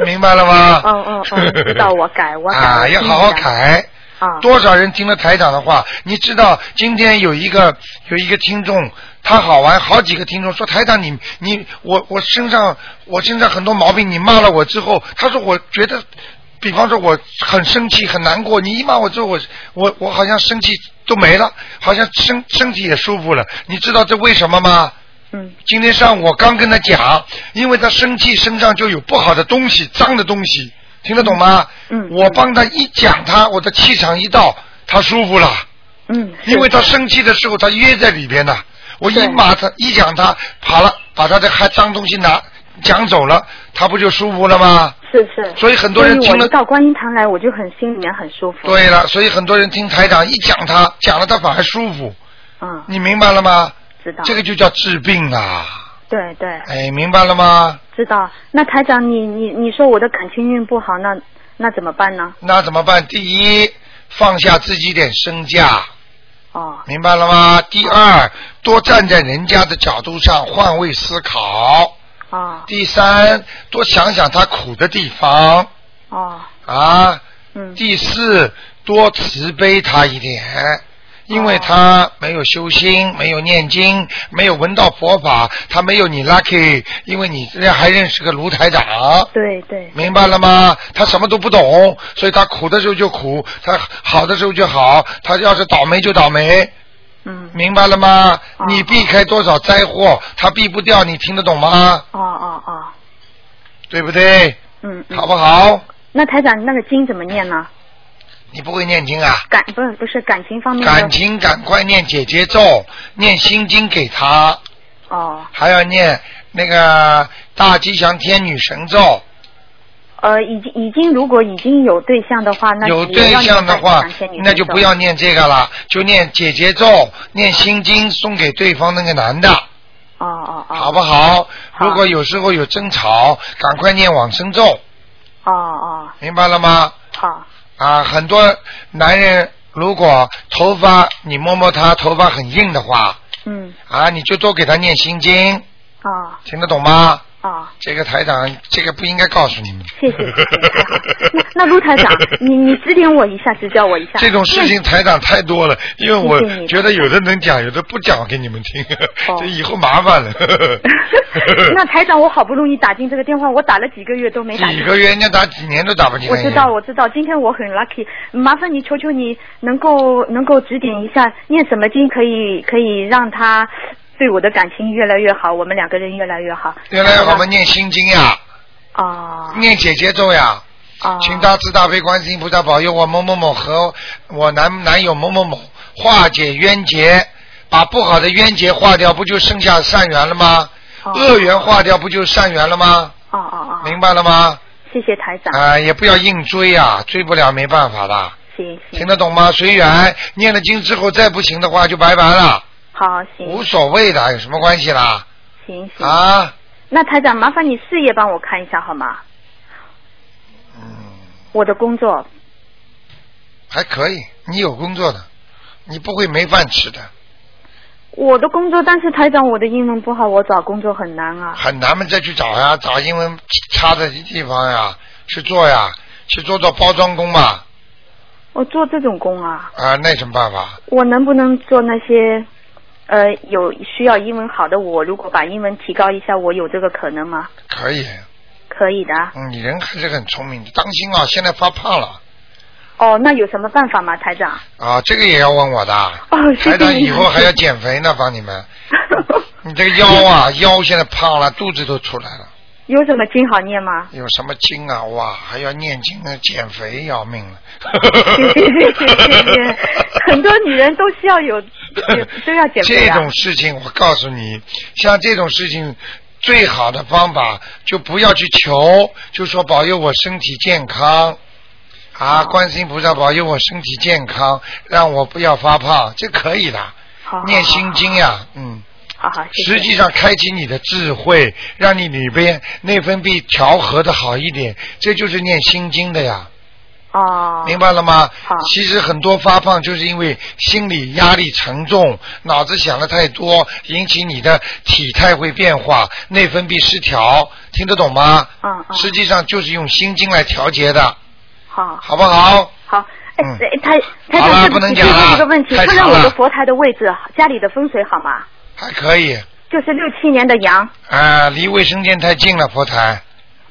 Speaker 1: 明白了吗？
Speaker 8: 嗯嗯 嗯知道我改我改
Speaker 1: 啊，
Speaker 8: 我
Speaker 1: 要
Speaker 8: 听
Speaker 1: 好好
Speaker 8: 你的
Speaker 1: 改。
Speaker 8: 啊，
Speaker 1: 多少人听了台长的话？你知道今天有一个有一个听众，他好玩，好几个听众说台长你你我我身上我身上很多毛病，你骂了我之后，他说我觉得，比方说我很生气很难过，你一骂我之后，我我我好像生气都没了，好像身身体也舒服了，你知道这为什么吗？
Speaker 8: 嗯
Speaker 1: 今天上午我刚跟他讲，因为他生气身上就有不好的东西、脏的东西，听得懂吗？
Speaker 8: 嗯
Speaker 1: 我帮他一讲他，我的气场一到，他舒服了，
Speaker 8: 嗯，是
Speaker 1: 因为他生气的时候他约在里边呢。我一
Speaker 8: 对
Speaker 1: 骂他，一讲他，好了，把他的还脏东西拿讲走了，他不就舒服了吗？
Speaker 8: 是是，
Speaker 1: 所以很多人
Speaker 8: 所以
Speaker 1: 听
Speaker 8: 我
Speaker 1: 了
Speaker 8: 一到观音堂来，我就很心里面很舒服。，
Speaker 1: 对了，所以很多人听台长一讲他，讲了他反而舒服，
Speaker 8: 嗯，
Speaker 1: 你明白了吗？
Speaker 8: 知道
Speaker 1: 这个就叫治病啊！
Speaker 8: 对对，
Speaker 1: 哎，明白了吗？
Speaker 8: 知道。那台长，你你你说我的感情运不好，那那怎么办呢？
Speaker 1: 那怎么办？第一，放下自己点身价，
Speaker 8: 哦，
Speaker 1: 明白了吗？第二，多站在人家的角度上换位思考。
Speaker 8: 哦，
Speaker 1: 第三，多想想他苦的地方
Speaker 8: 哦，
Speaker 1: 啊。
Speaker 8: 嗯，
Speaker 1: 第四，多慈悲他一点。因为
Speaker 8: 哦
Speaker 1: 他没有修心，没有念经，没有闻到佛法，他没有你 lucky，因为你这还认识个卢台长。
Speaker 8: 对对，
Speaker 1: 明白了吗？他什么都不懂，所以他苦的时候就苦，他好的时候就好，他要是倒霉就倒霉，
Speaker 8: 嗯，
Speaker 1: 明白了吗
Speaker 8: 哦？
Speaker 1: 你避开多少灾祸，他避不掉，你听得懂吗？
Speaker 8: 哦哦哦，
Speaker 1: 对不对？
Speaker 8: 嗯，嗯
Speaker 1: 好不好？
Speaker 8: 那台长，那个经怎么念呢？
Speaker 1: 你不会念经啊？
Speaker 8: 感不是不是感情方面的
Speaker 1: 感情赶快念姐姐咒，念心经给他，
Speaker 8: 哦，
Speaker 1: 还要念那个大吉祥天女神咒。
Speaker 8: 呃，已经已经如果已经有对象的话，那
Speaker 1: 有
Speaker 8: 也
Speaker 1: 对
Speaker 8: 要
Speaker 1: 象的
Speaker 8: 念
Speaker 1: 话
Speaker 8: 感情仙女，
Speaker 1: 那就不要念这个了，就念姐姐咒，念心经送给对方那个男的，
Speaker 8: 哦哦哦，
Speaker 1: 好不好？如果有时候有争吵，赶快念往生咒，
Speaker 8: 哦哦
Speaker 1: 明白了吗？
Speaker 8: 好，
Speaker 1: 啊，很多男人如果头发你摸摸他头发很硬的话，
Speaker 8: 嗯，
Speaker 1: 啊，你就多给他念心经，
Speaker 8: 哦
Speaker 1: 听得懂吗？
Speaker 8: 哦，
Speaker 1: 这个台长，这个不应该告诉你们。
Speaker 8: 谢谢谢谢，太好。那那陆 台长，你你指点我一下，指教我一下。
Speaker 1: 这种事情台长太多了，因为我
Speaker 8: 谢谢你
Speaker 1: 觉得有的能讲，有的不讲给你们听，
Speaker 8: 哦
Speaker 1: 这以后麻烦了。
Speaker 8: 嗯那台长，我好不容易打进这个电话，我打了几个月都没打
Speaker 1: 几
Speaker 8: 进。
Speaker 1: 个月人家打几年都打不进来。
Speaker 8: 我知道，我知道，今天我很 lucky，麻烦你求求你能够能够指点一下，念什么经可以可以让他对我的感情越来越好，我们两个人越来越好。
Speaker 1: 原来我们念心经呀，
Speaker 8: 啊
Speaker 1: 念姐姐咒呀，
Speaker 8: 啊，
Speaker 1: 请大慈大悲观世音菩萨保佑我某某某和我男男友某某某化解冤结，把不好的冤结化掉，不就剩下善缘了吗？
Speaker 8: 哦
Speaker 1: 恶缘化掉，不就善缘了吗？
Speaker 8: 哦哦哦，
Speaker 1: 明白了吗？
Speaker 8: 谢谢台长，
Speaker 1: 啊、也不要硬追啊，追不了没办法的。
Speaker 8: 行行
Speaker 1: 听，得懂吗？随缘，念了经之后再不行的话就拜拜了，
Speaker 8: 好
Speaker 1: 无
Speaker 8: 行
Speaker 1: 所谓的，有什么关系啦？
Speaker 8: 行行，
Speaker 1: 啊，
Speaker 8: 那台长麻烦你事业帮我看一下好吗？
Speaker 1: 嗯
Speaker 8: 我的工作
Speaker 1: 还可以，你有工作的，你不会没饭吃的，
Speaker 8: 我的工作，但是台长我的英文不好，我找工作很难啊。
Speaker 1: 很难嘛，再去找呀，找英文差的地方呀，去做呀，去做做包装工嘛，
Speaker 8: 我做这种工啊，
Speaker 1: 啊，那有什么办法？
Speaker 8: 我能不能做那些，呃，有需要英文好的我，如果把英文提高一下，我有这个可能吗？
Speaker 1: 可以，
Speaker 8: 可以的啊。
Speaker 1: 嗯，你人还是很聪明的，当心啊，现在发胖了
Speaker 8: 哦，那有什么办法吗，台长？
Speaker 1: 啊，这个也要问我的啊，
Speaker 8: 哦，谢
Speaker 1: 台
Speaker 8: 谢
Speaker 1: 长
Speaker 8: 你。
Speaker 1: 以后还要减肥呢，帮你们，你这个腰啊，腰现在胖了，肚子都出来了。
Speaker 8: 有什么经好念吗？
Speaker 1: 有什么经啊？哇，还要念经啊，减肥要命了。
Speaker 8: 谢谢谢谢 谢谢，很多女人都需要有，有都要减肥
Speaker 1: 这
Speaker 8: 啊
Speaker 1: 种。事情，我告诉你，像这种事情，最好的方法就不要去求，就说保佑我身体健康啊，观世音菩萨保佑我身体健康，让我不要发胖，这可以的。
Speaker 8: 好好
Speaker 1: 念心经呀、嗯。
Speaker 8: 好好，谢
Speaker 1: 实
Speaker 8: 谢。
Speaker 1: 际上开启你的智慧，让你里边内分泌调和的好一点，这就是念心经的呀，
Speaker 8: 哦，
Speaker 1: 明白了吗
Speaker 8: 好？
Speaker 1: 其实很多发胖就是因为心理压力沉重，脑子想的太多，引起你的体态会变化，内分泌失调，听得懂吗？
Speaker 8: 嗯嗯，
Speaker 1: 实际上就是用心经来调节的，
Speaker 8: 好
Speaker 1: 好不好？
Speaker 8: 好。哎
Speaker 1: 嗯，
Speaker 8: 哎台台
Speaker 1: 好了
Speaker 8: 长，
Speaker 1: 不
Speaker 8: 对
Speaker 1: 能
Speaker 8: 起，
Speaker 1: 讲
Speaker 8: 就
Speaker 1: 了
Speaker 8: 问一个问题，
Speaker 1: 太
Speaker 8: 问问
Speaker 1: 长
Speaker 8: 我
Speaker 1: 了
Speaker 8: 的佛台的位置，家里的风水好吗？
Speaker 1: 还可以，
Speaker 8: 就是六七年的羊，
Speaker 1: 啊、离卫生间太近了，佛台。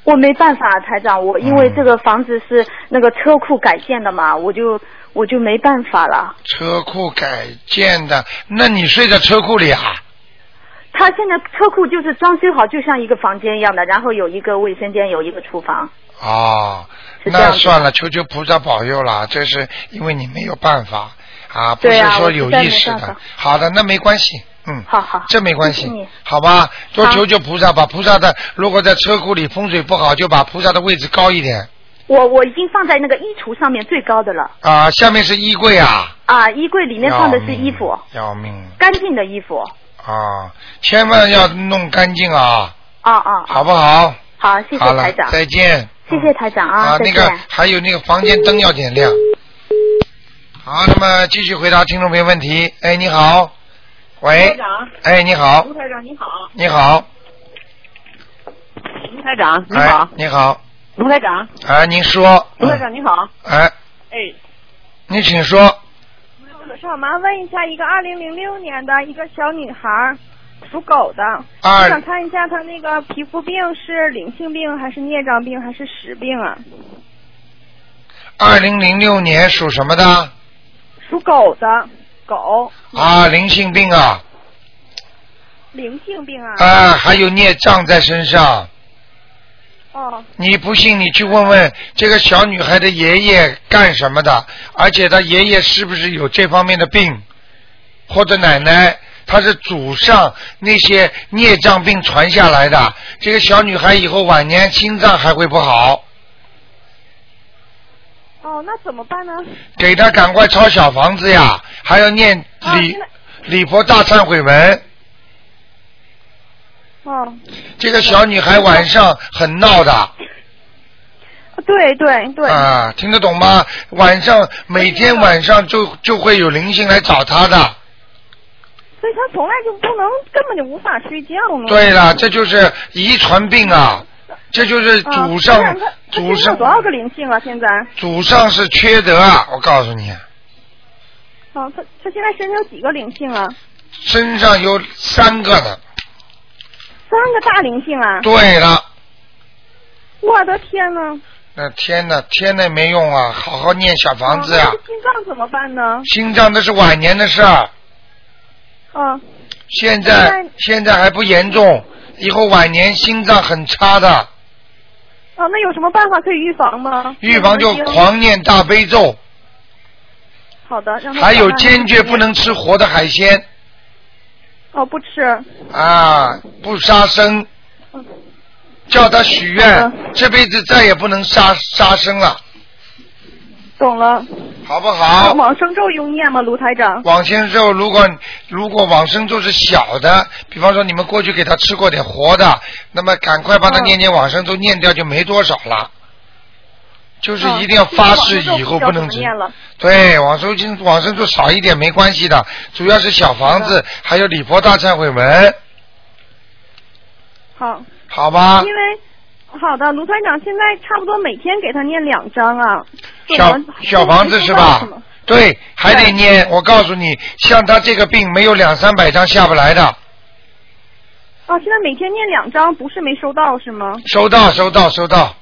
Speaker 8: 我没办法，台长，我因为
Speaker 1: 嗯
Speaker 8: 这个房子是那个车库改建的嘛，我就我就没办法了。
Speaker 1: 车库改建的，那你睡在车库里啊？
Speaker 8: 他现在车库就是装修好，就像一个房间一样的，然后有一个卫生间，有一个厨房。
Speaker 1: 哦，
Speaker 8: 是这
Speaker 1: 那
Speaker 8: 样子
Speaker 1: 算了，求求菩萨保佑了，这是因为你没有办法啊，不
Speaker 8: 对
Speaker 1: 是
Speaker 8: 啊
Speaker 1: 说
Speaker 8: 我
Speaker 1: 有
Speaker 8: 实在
Speaker 1: 意
Speaker 8: 没
Speaker 1: 识
Speaker 8: 办
Speaker 1: 的
Speaker 8: 法。
Speaker 1: 好的，那没关系，嗯，
Speaker 8: 好好，
Speaker 1: 这没关
Speaker 8: 谢
Speaker 1: 系
Speaker 8: 谢你，
Speaker 1: 好吧？多
Speaker 8: 好
Speaker 1: 求求菩萨，把菩萨的如果在车库里风水不好，就把菩萨的位置高一点
Speaker 8: 我我已经放在那个衣橱上面最高的了
Speaker 1: 啊，下面是衣柜啊，
Speaker 8: 啊，衣柜里面放的是衣服，
Speaker 1: 要命，要命
Speaker 8: 干净的衣服。
Speaker 1: 啊！千万要弄干净啊，
Speaker 8: 啊啊，
Speaker 1: 好不好？
Speaker 8: 好，谢谢
Speaker 1: 好了
Speaker 8: 台长，
Speaker 1: 再见。嗯
Speaker 8: 谢谢台长啊，再
Speaker 1: 那
Speaker 8: 见。
Speaker 1: 个还有那个房间灯要点亮。好，那么继续回答听众朋友问题。哎，你好，喂，
Speaker 9: 长，
Speaker 1: 哎，你好，
Speaker 9: 台长你好，
Speaker 1: 你好，
Speaker 9: 卢台长你
Speaker 1: 哎
Speaker 9: 好，，
Speaker 1: 你好，
Speaker 9: 卢台长，
Speaker 1: 哎，您说，
Speaker 9: 卢台
Speaker 1: 嗯
Speaker 9: 长你好，
Speaker 1: 哎，
Speaker 9: 哎，
Speaker 1: 你请说，
Speaker 10: 我上麻烦问一下，一个二零零六年的一个小女孩儿，属狗的，我想
Speaker 1: 二
Speaker 10: 看一下她那个皮肤病是灵性病还是孽障病还是实病啊？
Speaker 1: 二零零六年属什么的？
Speaker 10: 属狗的，狗
Speaker 1: 啊，灵性病啊，
Speaker 10: 灵性病啊？
Speaker 1: 啊，还有孽障在身上。
Speaker 10: 哦，
Speaker 1: 你不信，你去问问这个小女孩的爷爷干什么的，而且她爷爷是不是有这方面的病，或者奶奶，她是祖上那些孽障病传下来的。这个小女孩以后晚年心脏还会不好，
Speaker 10: 哦，那怎么办呢？
Speaker 1: 给她赶快抄小房子呀，还要念
Speaker 10: 啊
Speaker 1: 礼
Speaker 10: 那
Speaker 1: 礼佛大忏悔文。
Speaker 10: 哦，
Speaker 1: 这个小女孩晚上很闹的
Speaker 10: 对对对，
Speaker 1: 啊，听得懂吗？晚上每天晚上就就会有灵性来找她的。
Speaker 10: 所以她从来就不能，根本就无法睡觉呢。
Speaker 1: 对了，这就是遗传病啊，这就是
Speaker 10: 啊，
Speaker 1: 祖上、
Speaker 10: 那她她
Speaker 1: 祖
Speaker 10: 身上
Speaker 1: 上
Speaker 10: 有多少个灵性啊？现在？
Speaker 1: 祖上是缺德啊！我告诉你，
Speaker 10: 哦，她她现在身上有几个灵性啊？
Speaker 1: 身上有三个呢。
Speaker 10: 三个大灵性啊！
Speaker 1: 对了，
Speaker 10: 我的天呐！
Speaker 1: 那天呐，天呐没用啊，好好念小房子啊
Speaker 10: 哦那。这心脏怎么办呢？
Speaker 1: 心脏那是晚年的事儿，
Speaker 10: 啊，
Speaker 1: 现在
Speaker 10: 现在
Speaker 1: 现在还不严重，以后晚年心脏很差的，
Speaker 10: 啊，那有什么办法可以预防吗？
Speaker 1: 预防就狂念大悲咒，
Speaker 10: 好的，让他
Speaker 1: 还有
Speaker 10: 慢慢
Speaker 1: 坚决
Speaker 10: 训练
Speaker 1: 不能吃活的海鲜
Speaker 10: 哦，不吃。
Speaker 1: 啊，不杀生。
Speaker 10: 嗯
Speaker 1: 叫他许愿
Speaker 10: 好的，
Speaker 1: 这辈子再也不能杀杀生了，
Speaker 10: 懂了。哦
Speaker 1: 好不好？
Speaker 10: 往生咒用念吗，卢台长？
Speaker 1: 往生咒，如果如果往生咒是小的，比方说你们过去给他吃过点活的，那么赶快帮他
Speaker 10: 嗯
Speaker 1: 念念往生咒，念掉就没多少了。就是
Speaker 10: 嗯
Speaker 1: 一定要发誓以后不能
Speaker 10: 这
Speaker 1: 吃
Speaker 10: 嗯个往生咒不知道怎么。念了。
Speaker 1: 对，往生经往生咒少一点没关系的，主要是小房
Speaker 10: 嗯
Speaker 1: 子，还有礼佛大忏悔文，
Speaker 10: 好，
Speaker 1: 好吧？
Speaker 10: 因为。好的，卢台长，现在差不多每天给他念两张啊。
Speaker 1: 小
Speaker 10: 怎么
Speaker 1: 小房子是吧？对，还得
Speaker 10: 对
Speaker 1: 念。我告诉你，像他这个病，没有两三百张下不来的。
Speaker 10: 啊，现在每天念两张，不是没收到是吗？
Speaker 1: 收到，收到，收到，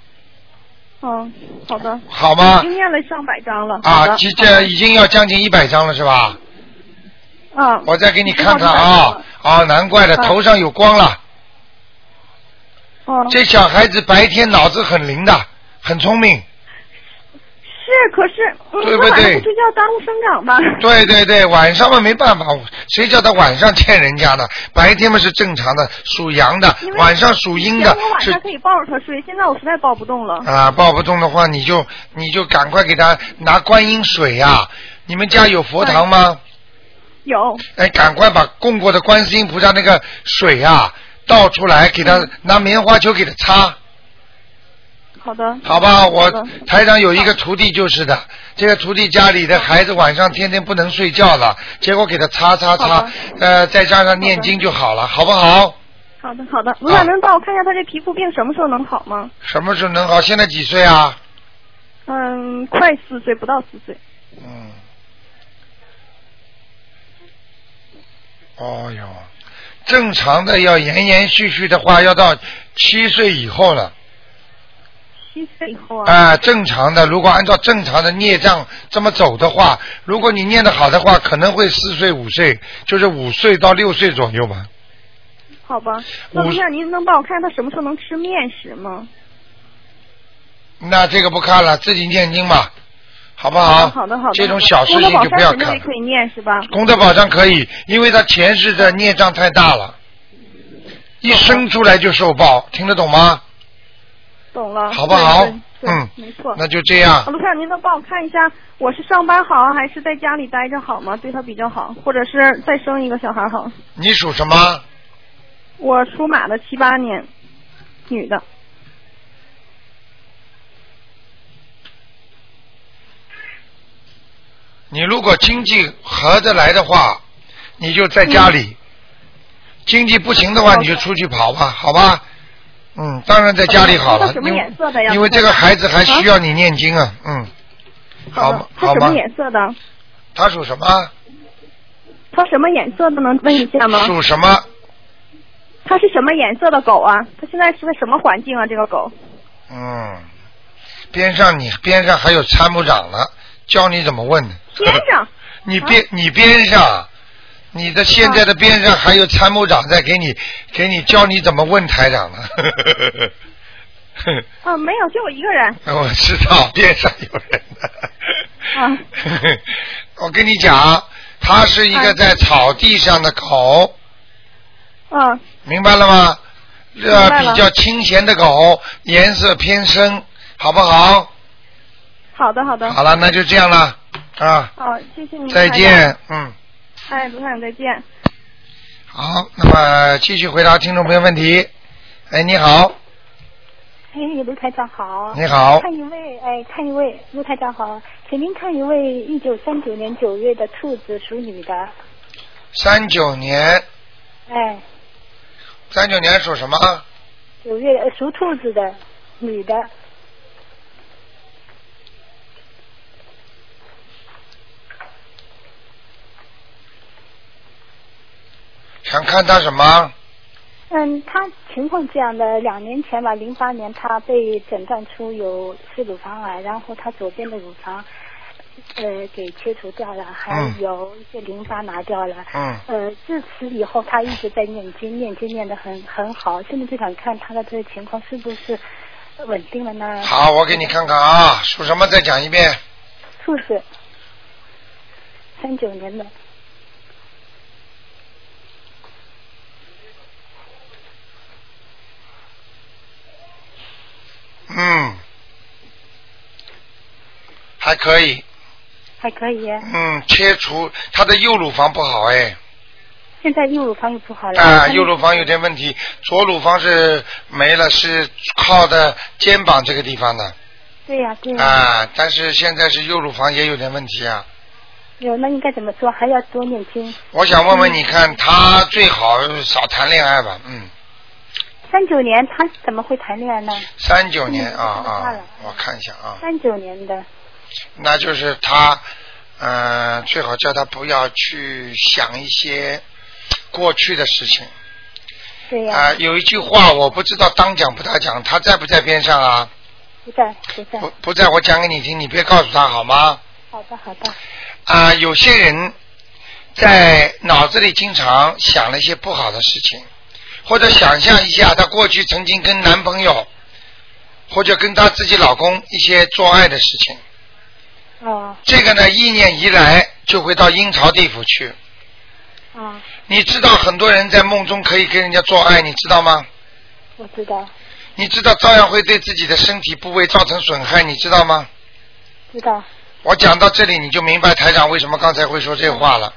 Speaker 10: 嗯，好的，
Speaker 1: 好
Speaker 10: 已
Speaker 1: 吗
Speaker 10: 经？念了上百张了。好
Speaker 1: 啊，
Speaker 10: 的
Speaker 1: 这这已经要将近一百张了，是吧？
Speaker 10: 嗯，
Speaker 1: 我再给你看看
Speaker 10: 已经到100张
Speaker 1: 啊
Speaker 10: 了。
Speaker 1: 啊，难怪了，
Speaker 10: 嗯
Speaker 1: 头上有光了。
Speaker 10: 嗯，哦
Speaker 1: 这小孩子白天脑子很灵的，很聪明。
Speaker 10: 是，可是嗯
Speaker 1: 对不
Speaker 10: 那晚
Speaker 1: 对
Speaker 10: 上睡觉耽误生长吧？
Speaker 1: 对对对，晚上嘛没办法，谁叫他晚上欠人家的？白天嘛是正常的，属阳的
Speaker 10: 因，为
Speaker 1: 晚上属阴
Speaker 10: 以
Speaker 1: 的
Speaker 10: 前我晚
Speaker 1: 是
Speaker 10: 上可以抱着他睡，现在我实在抱不动了。
Speaker 1: 啊，抱不动的话，你就你就赶快给他拿观音水呀、你们家有佛堂吗？
Speaker 10: 有。
Speaker 1: 哎，赶快把供过的观世音菩萨那个水啊倒出来，给他拿棉花球给他擦，
Speaker 10: 好的。
Speaker 1: 好吧？我
Speaker 10: 好的
Speaker 11: 嗯
Speaker 1: 台长有一个徒弟就是的，这个徒弟家里的孩子晚上天天不能睡觉了，结果给他擦擦
Speaker 10: 好
Speaker 1: 擦
Speaker 10: 的，
Speaker 1: 呃，再加上念经就好了，好不好？
Speaker 10: 好的好的，卢大能帮我看一下他这皮肤病什么时候能好吗？
Speaker 1: 什么时候能好？现在几岁啊？
Speaker 10: 嗯，快四岁，不到四岁。
Speaker 1: 嗯。哦哟，正常的要延延续续的话，要到七岁以后了。
Speaker 10: 七岁以后啊。
Speaker 1: 啊、正常的，如果按照正常的孽障这么走的话，如果你念得好的话，可能会四岁五岁，就是五岁到六岁左右吧。
Speaker 10: 好吧，那
Speaker 1: 我
Speaker 10: 卢大您能帮我看他什么时候能吃面食吗？
Speaker 1: 那这个不看了，自己念经吧，好不好？
Speaker 10: 好的好的好的。
Speaker 1: 啊这种小事情就不要看了。
Speaker 10: 可以念是吧？
Speaker 1: 功德宝山可以，因为他前世的孽障太大了，一生出来就受报，听得懂吗？
Speaker 10: 懂了，
Speaker 1: 好不好
Speaker 10: 对对对
Speaker 1: 嗯
Speaker 10: 没错。
Speaker 1: 那就这样
Speaker 10: 啊卢先生，您能帮我看一下，我是上班好还是在家里待着好吗？对他比较好，或者是再生一个小孩好？
Speaker 1: 你属什么？
Speaker 10: 我属马的，七八年，女的。
Speaker 1: 你如果经济合得来的话，你就在家里；经济不行的
Speaker 10: 嗯
Speaker 1: 话，你就出去跑吧，好吧？嗯，当然在家里好了
Speaker 10: 他，什么
Speaker 1: 因为
Speaker 10: 颜色的呀？
Speaker 1: 因为这个孩子还需要你念经啊，嗯，好吗
Speaker 10: 啊。他
Speaker 1: 好
Speaker 10: 什么
Speaker 1: 吗？
Speaker 10: 颜色的？
Speaker 1: 他属什么？
Speaker 10: 他什么颜色的？能问一下吗？
Speaker 1: 属什么？
Speaker 10: 他是什么颜色的狗啊？他现在是个什么环境啊？这个狗？
Speaker 1: 嗯，边上你边上还有参谋长呢，教你怎么问的。
Speaker 10: 边 上啊
Speaker 1: 你边、你边上，你的现在的边上还有参谋长在给你给你教你怎么问台长呢。
Speaker 10: 啊，没有，就我一个 人
Speaker 1: 我知道边上有人
Speaker 10: 啊。
Speaker 1: 的， 我跟你讲，它是一个在草地上的狗，
Speaker 10: 嗯，
Speaker 1: 明白了吗？
Speaker 10: 明白
Speaker 1: 这
Speaker 10: 了
Speaker 1: 比较清闲的狗，颜色偏深，好不好？
Speaker 10: 好的好的。
Speaker 1: 好了，那就这样了啊，
Speaker 10: 好，谢谢您。
Speaker 1: 再见。，嗯。
Speaker 10: 哎，卢台长再见。
Speaker 1: 好，那么继续回答听众朋友问题。哎，你好，
Speaker 12: 哎，卢台长好。
Speaker 1: 你好
Speaker 12: 看一位，哎，看一位，卢台长好，请您看一位一九三九年九月的兔子，属女的，
Speaker 1: 三九年，
Speaker 12: 哎，
Speaker 1: 三九年属什么？
Speaker 12: 九月呃属兔子的女的，
Speaker 1: 想看他什么？
Speaker 12: 嗯，她情况这样的，两年前吧，零八年她被诊断出有是乳房癌，然后她左边的乳房。呃，给切除掉了，还
Speaker 11: 嗯
Speaker 12: 有一些淋巴拿掉了。
Speaker 11: 嗯
Speaker 12: 呃，自此以后，她一直在念经，念经念得很很好，现在就想看她的这个情况是不是稳定了呢？
Speaker 1: 好，我给你看看啊，属什么？再讲一遍。
Speaker 12: 兔子，三九年的，
Speaker 1: 嗯，还可以。
Speaker 12: 还可以。啊
Speaker 1: 嗯，切除他的右乳房不好哎，
Speaker 12: 现在右乳房又不好了。
Speaker 1: 啊，
Speaker 12: 她
Speaker 1: 右乳房有点问题，左乳房是没了，是靠的肩膀这个地方的
Speaker 12: 对呀、对呀、
Speaker 1: 啊，但是现在是右乳房也有点问题啊。
Speaker 12: 有那应该怎么做？还要多念经。
Speaker 1: 我想问问你
Speaker 12: 嗯
Speaker 1: 看，他最好少谈恋爱吧？嗯，
Speaker 12: 三九年他怎么会谈恋爱呢？
Speaker 1: 三九年
Speaker 12: 嗯
Speaker 1: 啊
Speaker 12: 看
Speaker 1: 啊
Speaker 12: 了，
Speaker 1: 我看一下啊，
Speaker 12: 三九年的，
Speaker 1: 那就是他，嗯，最好叫他不要去想一些过去的事情
Speaker 12: 对呀、
Speaker 1: 啊。有一句话我不知道当讲不当讲，他在不在边上啊？
Speaker 12: 不在不在。
Speaker 1: 不不在，我讲给你听，你别告诉他好吗？
Speaker 12: 好的好的，
Speaker 1: 啊，有些人在脑子里经常想了一些不好的事情，或者想象一下她过去曾经跟男朋友或者跟她自己老公一些做爱的事情，
Speaker 12: 哦
Speaker 1: 这个呢，意念一来就会到阴曹地府去。
Speaker 12: 啊，
Speaker 1: 你知道很多人在梦中可以跟人家做爱，你知道吗？
Speaker 12: 我知道，
Speaker 1: 你知道照样会对自己的身体部位造成损害，你知道吗？
Speaker 12: 知道。
Speaker 1: 我讲到这里，你就明白台长为什么刚才会说这话了。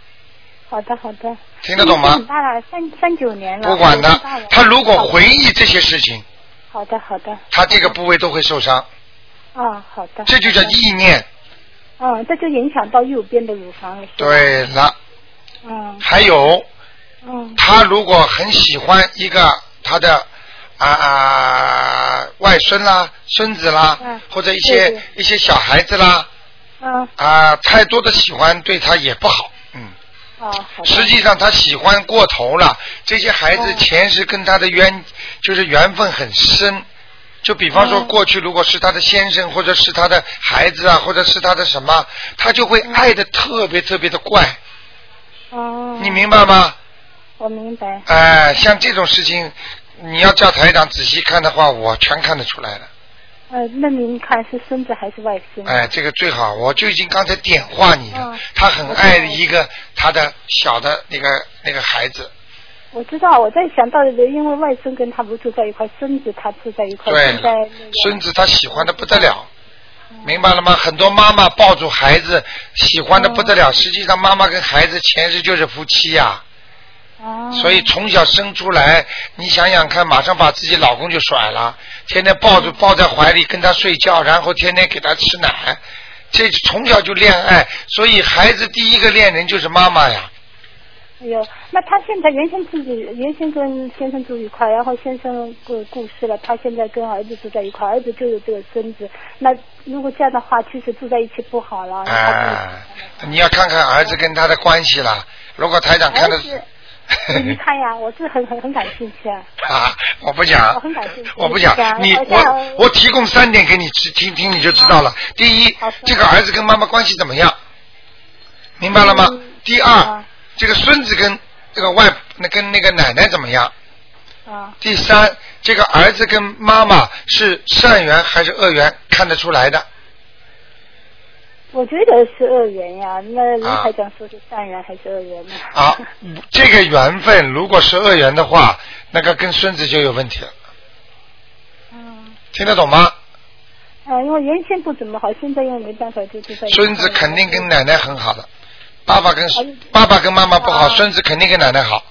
Speaker 12: 好的，好的。
Speaker 1: 听得懂吗
Speaker 12: 很大了，三三九年了。
Speaker 1: 不管
Speaker 12: 我
Speaker 1: 他
Speaker 12: 知道了，
Speaker 1: 他如果回忆这些事情，
Speaker 12: 好的，好的。
Speaker 1: 他这个部位都会受伤，
Speaker 12: 啊，好的。
Speaker 1: 这就叫意念。
Speaker 12: 嗯，这就影响到右边的乳房了。是吧。
Speaker 1: 对了，
Speaker 12: 嗯
Speaker 1: 还有
Speaker 12: 嗯
Speaker 1: 他如果很喜欢一个他的啊啊外孙啦、孙子啦
Speaker 12: 嗯，
Speaker 1: 或者一
Speaker 12: 对
Speaker 1: 些
Speaker 12: 对
Speaker 1: 一些小孩子啦
Speaker 12: 嗯，
Speaker 1: 啊，太多的喜欢对他也不好。嗯，
Speaker 12: 啊，好的。
Speaker 1: 实际上他喜欢过头了，这些孩子
Speaker 12: 哦
Speaker 1: 前世跟他的缘就是缘分很深。就比方说，
Speaker 12: 嗯
Speaker 1: 过去如果是他的先生，或者是他的孩子啊，或者是他的什么，他就会爱的特别特别的怪，
Speaker 12: 哦。
Speaker 1: 你明白吗？
Speaker 12: 我明白。
Speaker 1: 哎，像这种事情，你要叫台长仔细看的话，我全看得出来了。
Speaker 12: 呃，那您看是孙子还是外孙？
Speaker 1: 哎，这个最好，我就已经刚才点化你了。
Speaker 12: 嗯
Speaker 1: 他很爱一个他的小的那个那个孩子，
Speaker 12: 我知道，我在想到的，因为外孙跟他不住在一块，孙子他住在一块，
Speaker 1: 对
Speaker 12: 现在
Speaker 1: 孙子他喜欢的不得了，明白了吗？很多妈妈抱住孩子喜欢的不得了，实际上妈妈跟孩子前世就是夫妻呀、
Speaker 12: 哦，
Speaker 1: 所以从小生出来，你想想看，马上把自己老公就甩了，天天抱着抱在怀里跟他睡觉，然后天天给他吃奶，这从小就恋爱，所以孩子第一个恋人就是妈妈呀。
Speaker 12: 哎呦，那他现在原先自己原先跟先生住一块，然后先生过故世了，他现在跟儿子住在一块，儿子就有这个孙子。那如果这样的话，其实住在一起不好了。
Speaker 1: 哎、你要看看儿子跟他的关系了。如果台长看的
Speaker 12: 儿子，哎你看呀，我是很很很感兴趣啊，
Speaker 1: 啊，我不
Speaker 12: 我
Speaker 1: 讲，
Speaker 12: 很感兴趣。
Speaker 1: 我不讲，你
Speaker 12: 好像
Speaker 1: 我我提供三点给你吃听听你就知道了。第一，这个儿子跟妈妈关系怎么样？明白了吗？
Speaker 12: 嗯
Speaker 1: 第
Speaker 12: 啊
Speaker 1: 二，这个孙子跟这个外那跟那个奶奶怎么样？
Speaker 12: 啊
Speaker 1: 第三，这个儿子跟妈妈是善缘还是恶缘，看得出来的。
Speaker 12: 我觉得是恶缘呀。那卢
Speaker 1: 啊
Speaker 12: 台长说是善缘还是恶缘呢？
Speaker 1: 啊，这个缘分如果是恶缘的话，那个跟孙子就有问题了。
Speaker 12: 嗯
Speaker 1: 听得懂吗？
Speaker 12: 啊，因为原先不怎么好，现在又没办法就住在一块。
Speaker 1: 孙子肯定跟奶奶很好的，爸爸跟爸爸跟妈妈不好，孙子肯定跟奶奶好，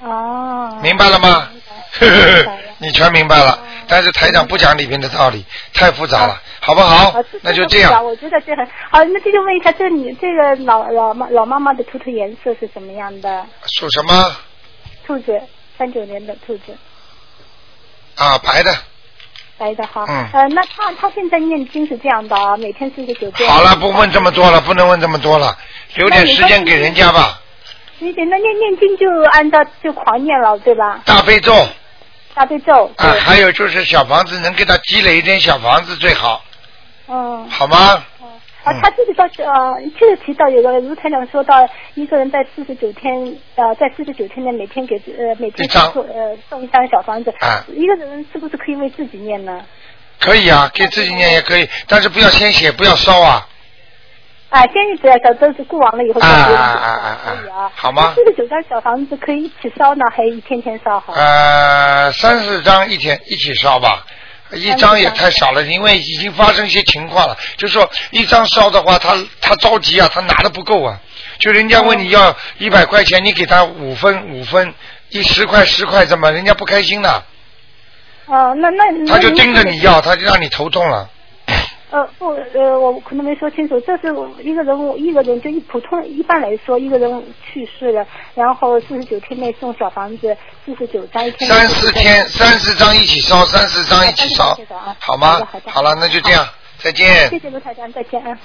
Speaker 12: 哦，
Speaker 1: 明白了吗？ 你全明白了，但是台长不讲里面的道理，太复杂了，好不好
Speaker 12: 啊？
Speaker 1: 那就
Speaker 12: 这
Speaker 1: 这
Speaker 12: 个
Speaker 1: 样
Speaker 12: 不讲，我觉得这很好。那这就问一下，这你这个老老妈老妈妈的兔兔颜色是什么样的？
Speaker 1: 属什么
Speaker 12: 兔子，三九年的兔子，
Speaker 1: 啊？白的，
Speaker 12: 白的哈。
Speaker 1: 嗯
Speaker 12: 呃，那她她现在念经是这样的啊，每天四十九遍。
Speaker 1: 好了，不问这么多了，不能问这么多了，留点时间给人家吧。
Speaker 12: 你点那念念经就按照就狂念了，对吧？
Speaker 1: 大悲咒
Speaker 12: 大悲咒。
Speaker 1: 啊，还有就是小房子能给他积累一点小房子最好，
Speaker 12: 嗯。
Speaker 1: 好吗？
Speaker 12: 啊，
Speaker 1: 嗯
Speaker 12: 他这个倒是啊，这个提到有个卢台长说到，一个人在四十九天，呃，在四十九天内每天给自呃每天
Speaker 1: 一张
Speaker 12: 送呃送一张小房子，
Speaker 1: 啊
Speaker 12: 一个人是不是可以为自己念呢？
Speaker 1: 可以啊，给自己念也可以，但是不要先写，不要烧啊，
Speaker 12: 啊，先是只要小都是过完了以后
Speaker 1: 啊
Speaker 12: 再
Speaker 1: 啊
Speaker 12: 给
Speaker 1: 啊啊
Speaker 12: 可以
Speaker 1: 啊
Speaker 12: 啊，，
Speaker 1: 好吗
Speaker 12: 四？十九张小房子可以一起烧呢，还一天天烧好？
Speaker 1: 呃，三四张一天一起烧吧，一张也太少了，因为已经发生一些情况了。就说一张烧的话，他他着急啊，他拿的不够啊。就人家问你
Speaker 12: 嗯
Speaker 1: 要一百块钱，你给他五分五分，一十块十块怎么？人家不开心的，
Speaker 12: 啊，那那那
Speaker 1: 他就
Speaker 12: 您
Speaker 1: 盯着
Speaker 12: 这个
Speaker 1: 你要，他就让你头痛了。
Speaker 12: 呃不呃，我可能没说清楚，这是我一个人我一个人就一普通一般来说，一个人去世了，然后四十九天内送小房子四十九张，一天内
Speaker 1: 三四天，三四张一起烧，三四张一起烧，啊好吗？好了，那就这样，再见
Speaker 12: 谢。谢卢台长，再见啊。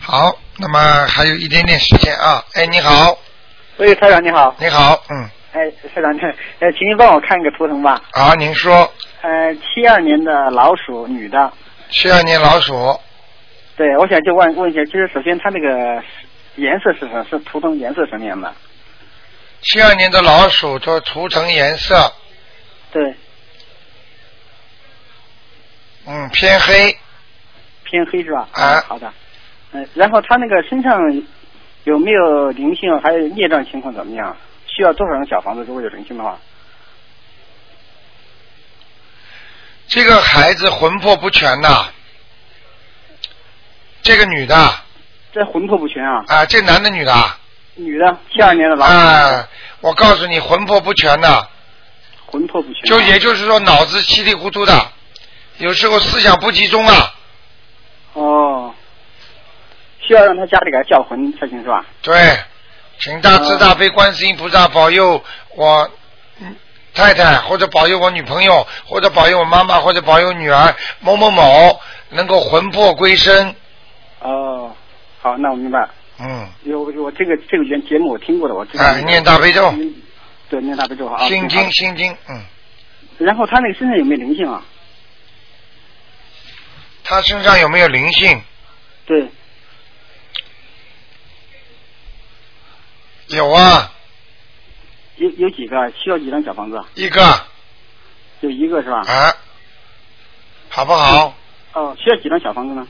Speaker 1: 好，那么还有一点点时间啊。哎，你好，
Speaker 11: 喂，台长你好。
Speaker 1: 你好，嗯，
Speaker 11: 哎，台长，呃，请您帮我看一个图腾吧。
Speaker 1: 好，您说，
Speaker 11: 呃，七二年的老鼠，女的。
Speaker 1: 七二年老鼠，
Speaker 11: 对，我想就问问一下，就是首先它那个颜色是什么？是图腾颜色什么样的？
Speaker 1: 七二年的老鼠的图腾颜色，
Speaker 11: 对，
Speaker 1: 嗯，偏黑，
Speaker 11: 偏黑是吧？
Speaker 1: 啊
Speaker 11: 好的。嗯，然后他那个身上有没有灵性，还有孽障情况怎么样？需要多少张小房子？如果有灵性的话，
Speaker 1: 这个孩子魂魄不全呐、这个女的
Speaker 11: 这魂魄不全啊，
Speaker 1: 啊，这男的女的啊，
Speaker 11: 女的，七二年的老虎，
Speaker 1: 啊，我告诉你，魂魄不全呐、
Speaker 11: 魂魄不全啊，
Speaker 1: 就也就是说脑子稀里糊涂的，有时候思想不集中啊。
Speaker 11: 哦，需要让他家里给他叫魂才行是吧？
Speaker 1: 对，请大慈
Speaker 11: 嗯
Speaker 1: 大悲观世音菩萨保佑我嗯太太，或者保佑我女朋友，或者保佑我妈妈，或者保佑女儿某某某能够魂魄归身。
Speaker 11: 哦，好，那我明白了。
Speaker 1: 嗯，
Speaker 11: 有我这个这个节节目我听过的，我知道。
Speaker 1: 哎念大悲咒。
Speaker 11: 对，念大悲咒啊。
Speaker 1: 心
Speaker 11: 挺好
Speaker 1: 经心经，嗯，
Speaker 11: 然后他那个身上有没有灵性啊？
Speaker 1: 他身上有没有灵性？
Speaker 11: 对。
Speaker 1: 有啊，
Speaker 11: 有有几个？需要几张小房子啊？
Speaker 1: 一个
Speaker 11: 有一个是吧？
Speaker 1: 啊，好不好？
Speaker 11: 哦，需要几张小房子呢？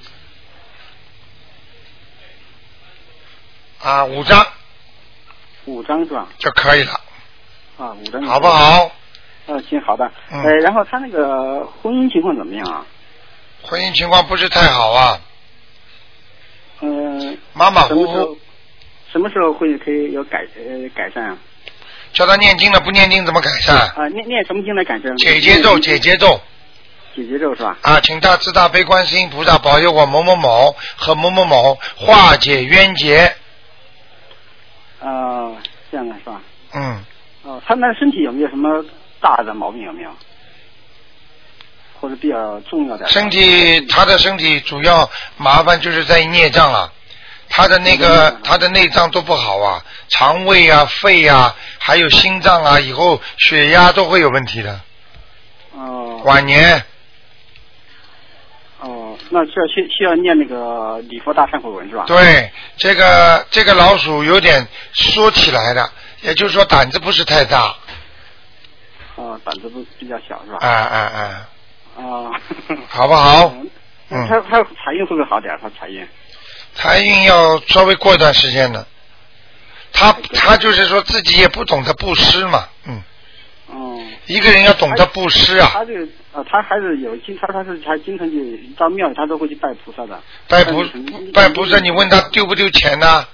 Speaker 1: 啊，五张
Speaker 11: 五张是吧？
Speaker 1: 就可以了，
Speaker 11: 啊，五张。
Speaker 1: 好不？好？
Speaker 11: 呃，行，好的。
Speaker 1: 嗯
Speaker 11: 呃，然后他那个婚姻情况怎么样啊？
Speaker 1: 婚姻情况不是太好啊，
Speaker 11: 嗯、
Speaker 1: 马马
Speaker 11: 什么
Speaker 1: 虎
Speaker 11: 时候
Speaker 1: 虎。
Speaker 11: 什么时候会可以有改呃改善啊？
Speaker 1: 叫他念经了，不念经怎么改善？
Speaker 11: 啊，念念什么经来改善？
Speaker 1: 解节奏，解节奏。
Speaker 11: 解节咒是吧？
Speaker 1: 啊，请大慈大悲观世音菩萨保佑我某某某和某某某化解冤结。
Speaker 11: 呃，这样的是吧？
Speaker 1: 嗯，
Speaker 11: 哦，他那身体有没有什么大的毛病有没有？或者比较重要点的？
Speaker 1: 身体他的身体主要麻烦就是在孽障啊，他的那个他的内脏都不好啊，肠胃啊、肺啊，还有心脏啊，以后血压都会有问题的。
Speaker 11: 哦
Speaker 1: 晚年
Speaker 11: 哦，那需要需需要念那个礼佛大忏悔文是吧？
Speaker 1: 对这个这个老鼠有点缩起来的，也就是说胆子不是太大。
Speaker 11: 哦，胆子不比较小是吧？
Speaker 1: 啊啊啊！
Speaker 11: 啊，
Speaker 1: 好不好？
Speaker 11: 那
Speaker 1: 嗯
Speaker 11: 他他财运会不会好点儿？他财运
Speaker 1: 财运要稍微过一段时间的。他他就是说自己也不懂得布施嘛，嗯，
Speaker 11: 哦。
Speaker 1: 一个人要懂得布施啊
Speaker 11: 他这个啊，他还是有经，他他是还经常去到庙里，他都会去拜菩萨的。
Speaker 1: 拜菩
Speaker 11: 但是
Speaker 1: 拜菩萨，你问他丢不丢钱呢？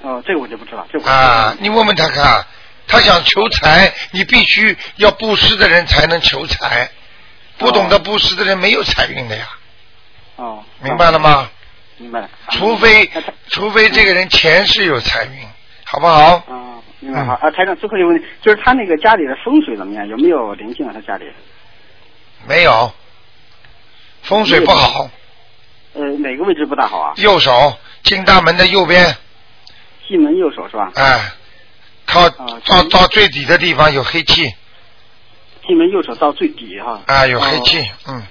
Speaker 11: 哦，这个我就不知道，这个我不知道
Speaker 1: 啊，你问问他看，他想求财，你必须要布施的人才能求财，不懂得布施的人没有财运的呀，
Speaker 11: 哦，
Speaker 1: 明白了吗？
Speaker 11: 明白了。
Speaker 1: 除非除非这个人前世有财运，好不好？
Speaker 11: 啊，明白好啊，台长最后一个问题就是他那个家里的风水怎么样？有没有灵性啊？他家里？
Speaker 1: 没有，风水不好，
Speaker 11: 呃，哪个位置不大好啊？
Speaker 1: 右手进大门的右边，
Speaker 11: 进门右手是吧？哦
Speaker 1: 哎，靠到到最底的地方有黑气，
Speaker 11: 进门右手到最底哈。
Speaker 1: 啊，有黑气，嗯，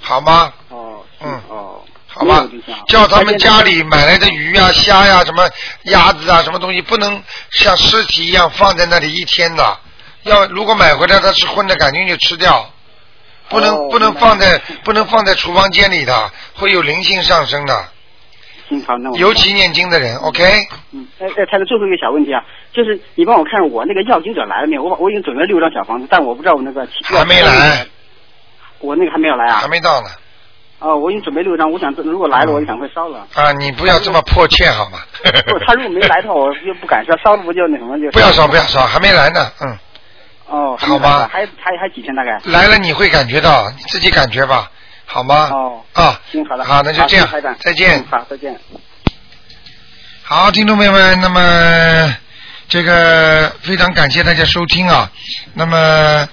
Speaker 1: 好吗？
Speaker 11: 哦，
Speaker 1: 嗯，
Speaker 11: 哦，
Speaker 1: 好吧
Speaker 11: 没有灵性啊，
Speaker 1: 叫他们家里买来的鱼啊、虾呀、什么鸭子啊、什么东西，不能像尸体一样放在那里一天的。要如果买回来它是荤的，赶紧就吃掉，不能、
Speaker 11: 哦
Speaker 1: 不能
Speaker 11: 明白
Speaker 1: 放在不能放在厨房间里的，会有灵性上升的。
Speaker 11: 行好，那我
Speaker 1: 尤其念经的人，OK，
Speaker 11: 哎哎，台长最后一个小问题啊，就是你帮我看我那个要经者来了没有？我把我已经准备了六张小房子，但我不知道我那个
Speaker 1: 还没来，
Speaker 11: 我那个还没有来啊
Speaker 1: 还。没到呢
Speaker 11: 哦，我已经准备六张，我想如果来了，我就赶快烧了。
Speaker 1: 啊！你不要这么迫切好吗？
Speaker 11: 不，他如果没来的话，我就不敢烧，烧了不就那什么就。
Speaker 1: 嗯不要烧，不要烧，还没来呢，嗯，
Speaker 11: 哦，还没
Speaker 1: 好吧
Speaker 11: 来呢还还还几天大概？
Speaker 1: 来了你会感觉到，你自己感觉吧，好吗？
Speaker 11: 哦，
Speaker 1: 啊，
Speaker 11: 行，好的，
Speaker 1: 好那就这样
Speaker 11: 谢谢台长
Speaker 1: 再见
Speaker 11: 嗯好，再见。
Speaker 1: 好，听众朋友们，那么这个非常感谢大家收听啊。那么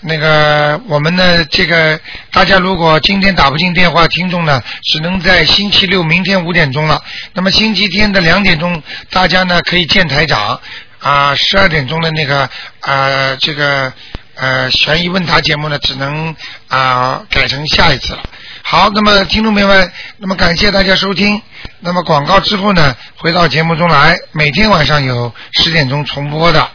Speaker 1: 那个我们呢，这个大家如果今天打不进电话，听众呢只能在星期六明天五点钟了。那么星期天的两点钟，大家呢可以见台长啊，十二点钟的那个啊这个呃悬疑问答节目呢，只能啊改成下一次了。好，那么听众朋友们，那么感谢大家收听。那么广告之后呢，回到节目中来，每天晚上有十点钟重播的。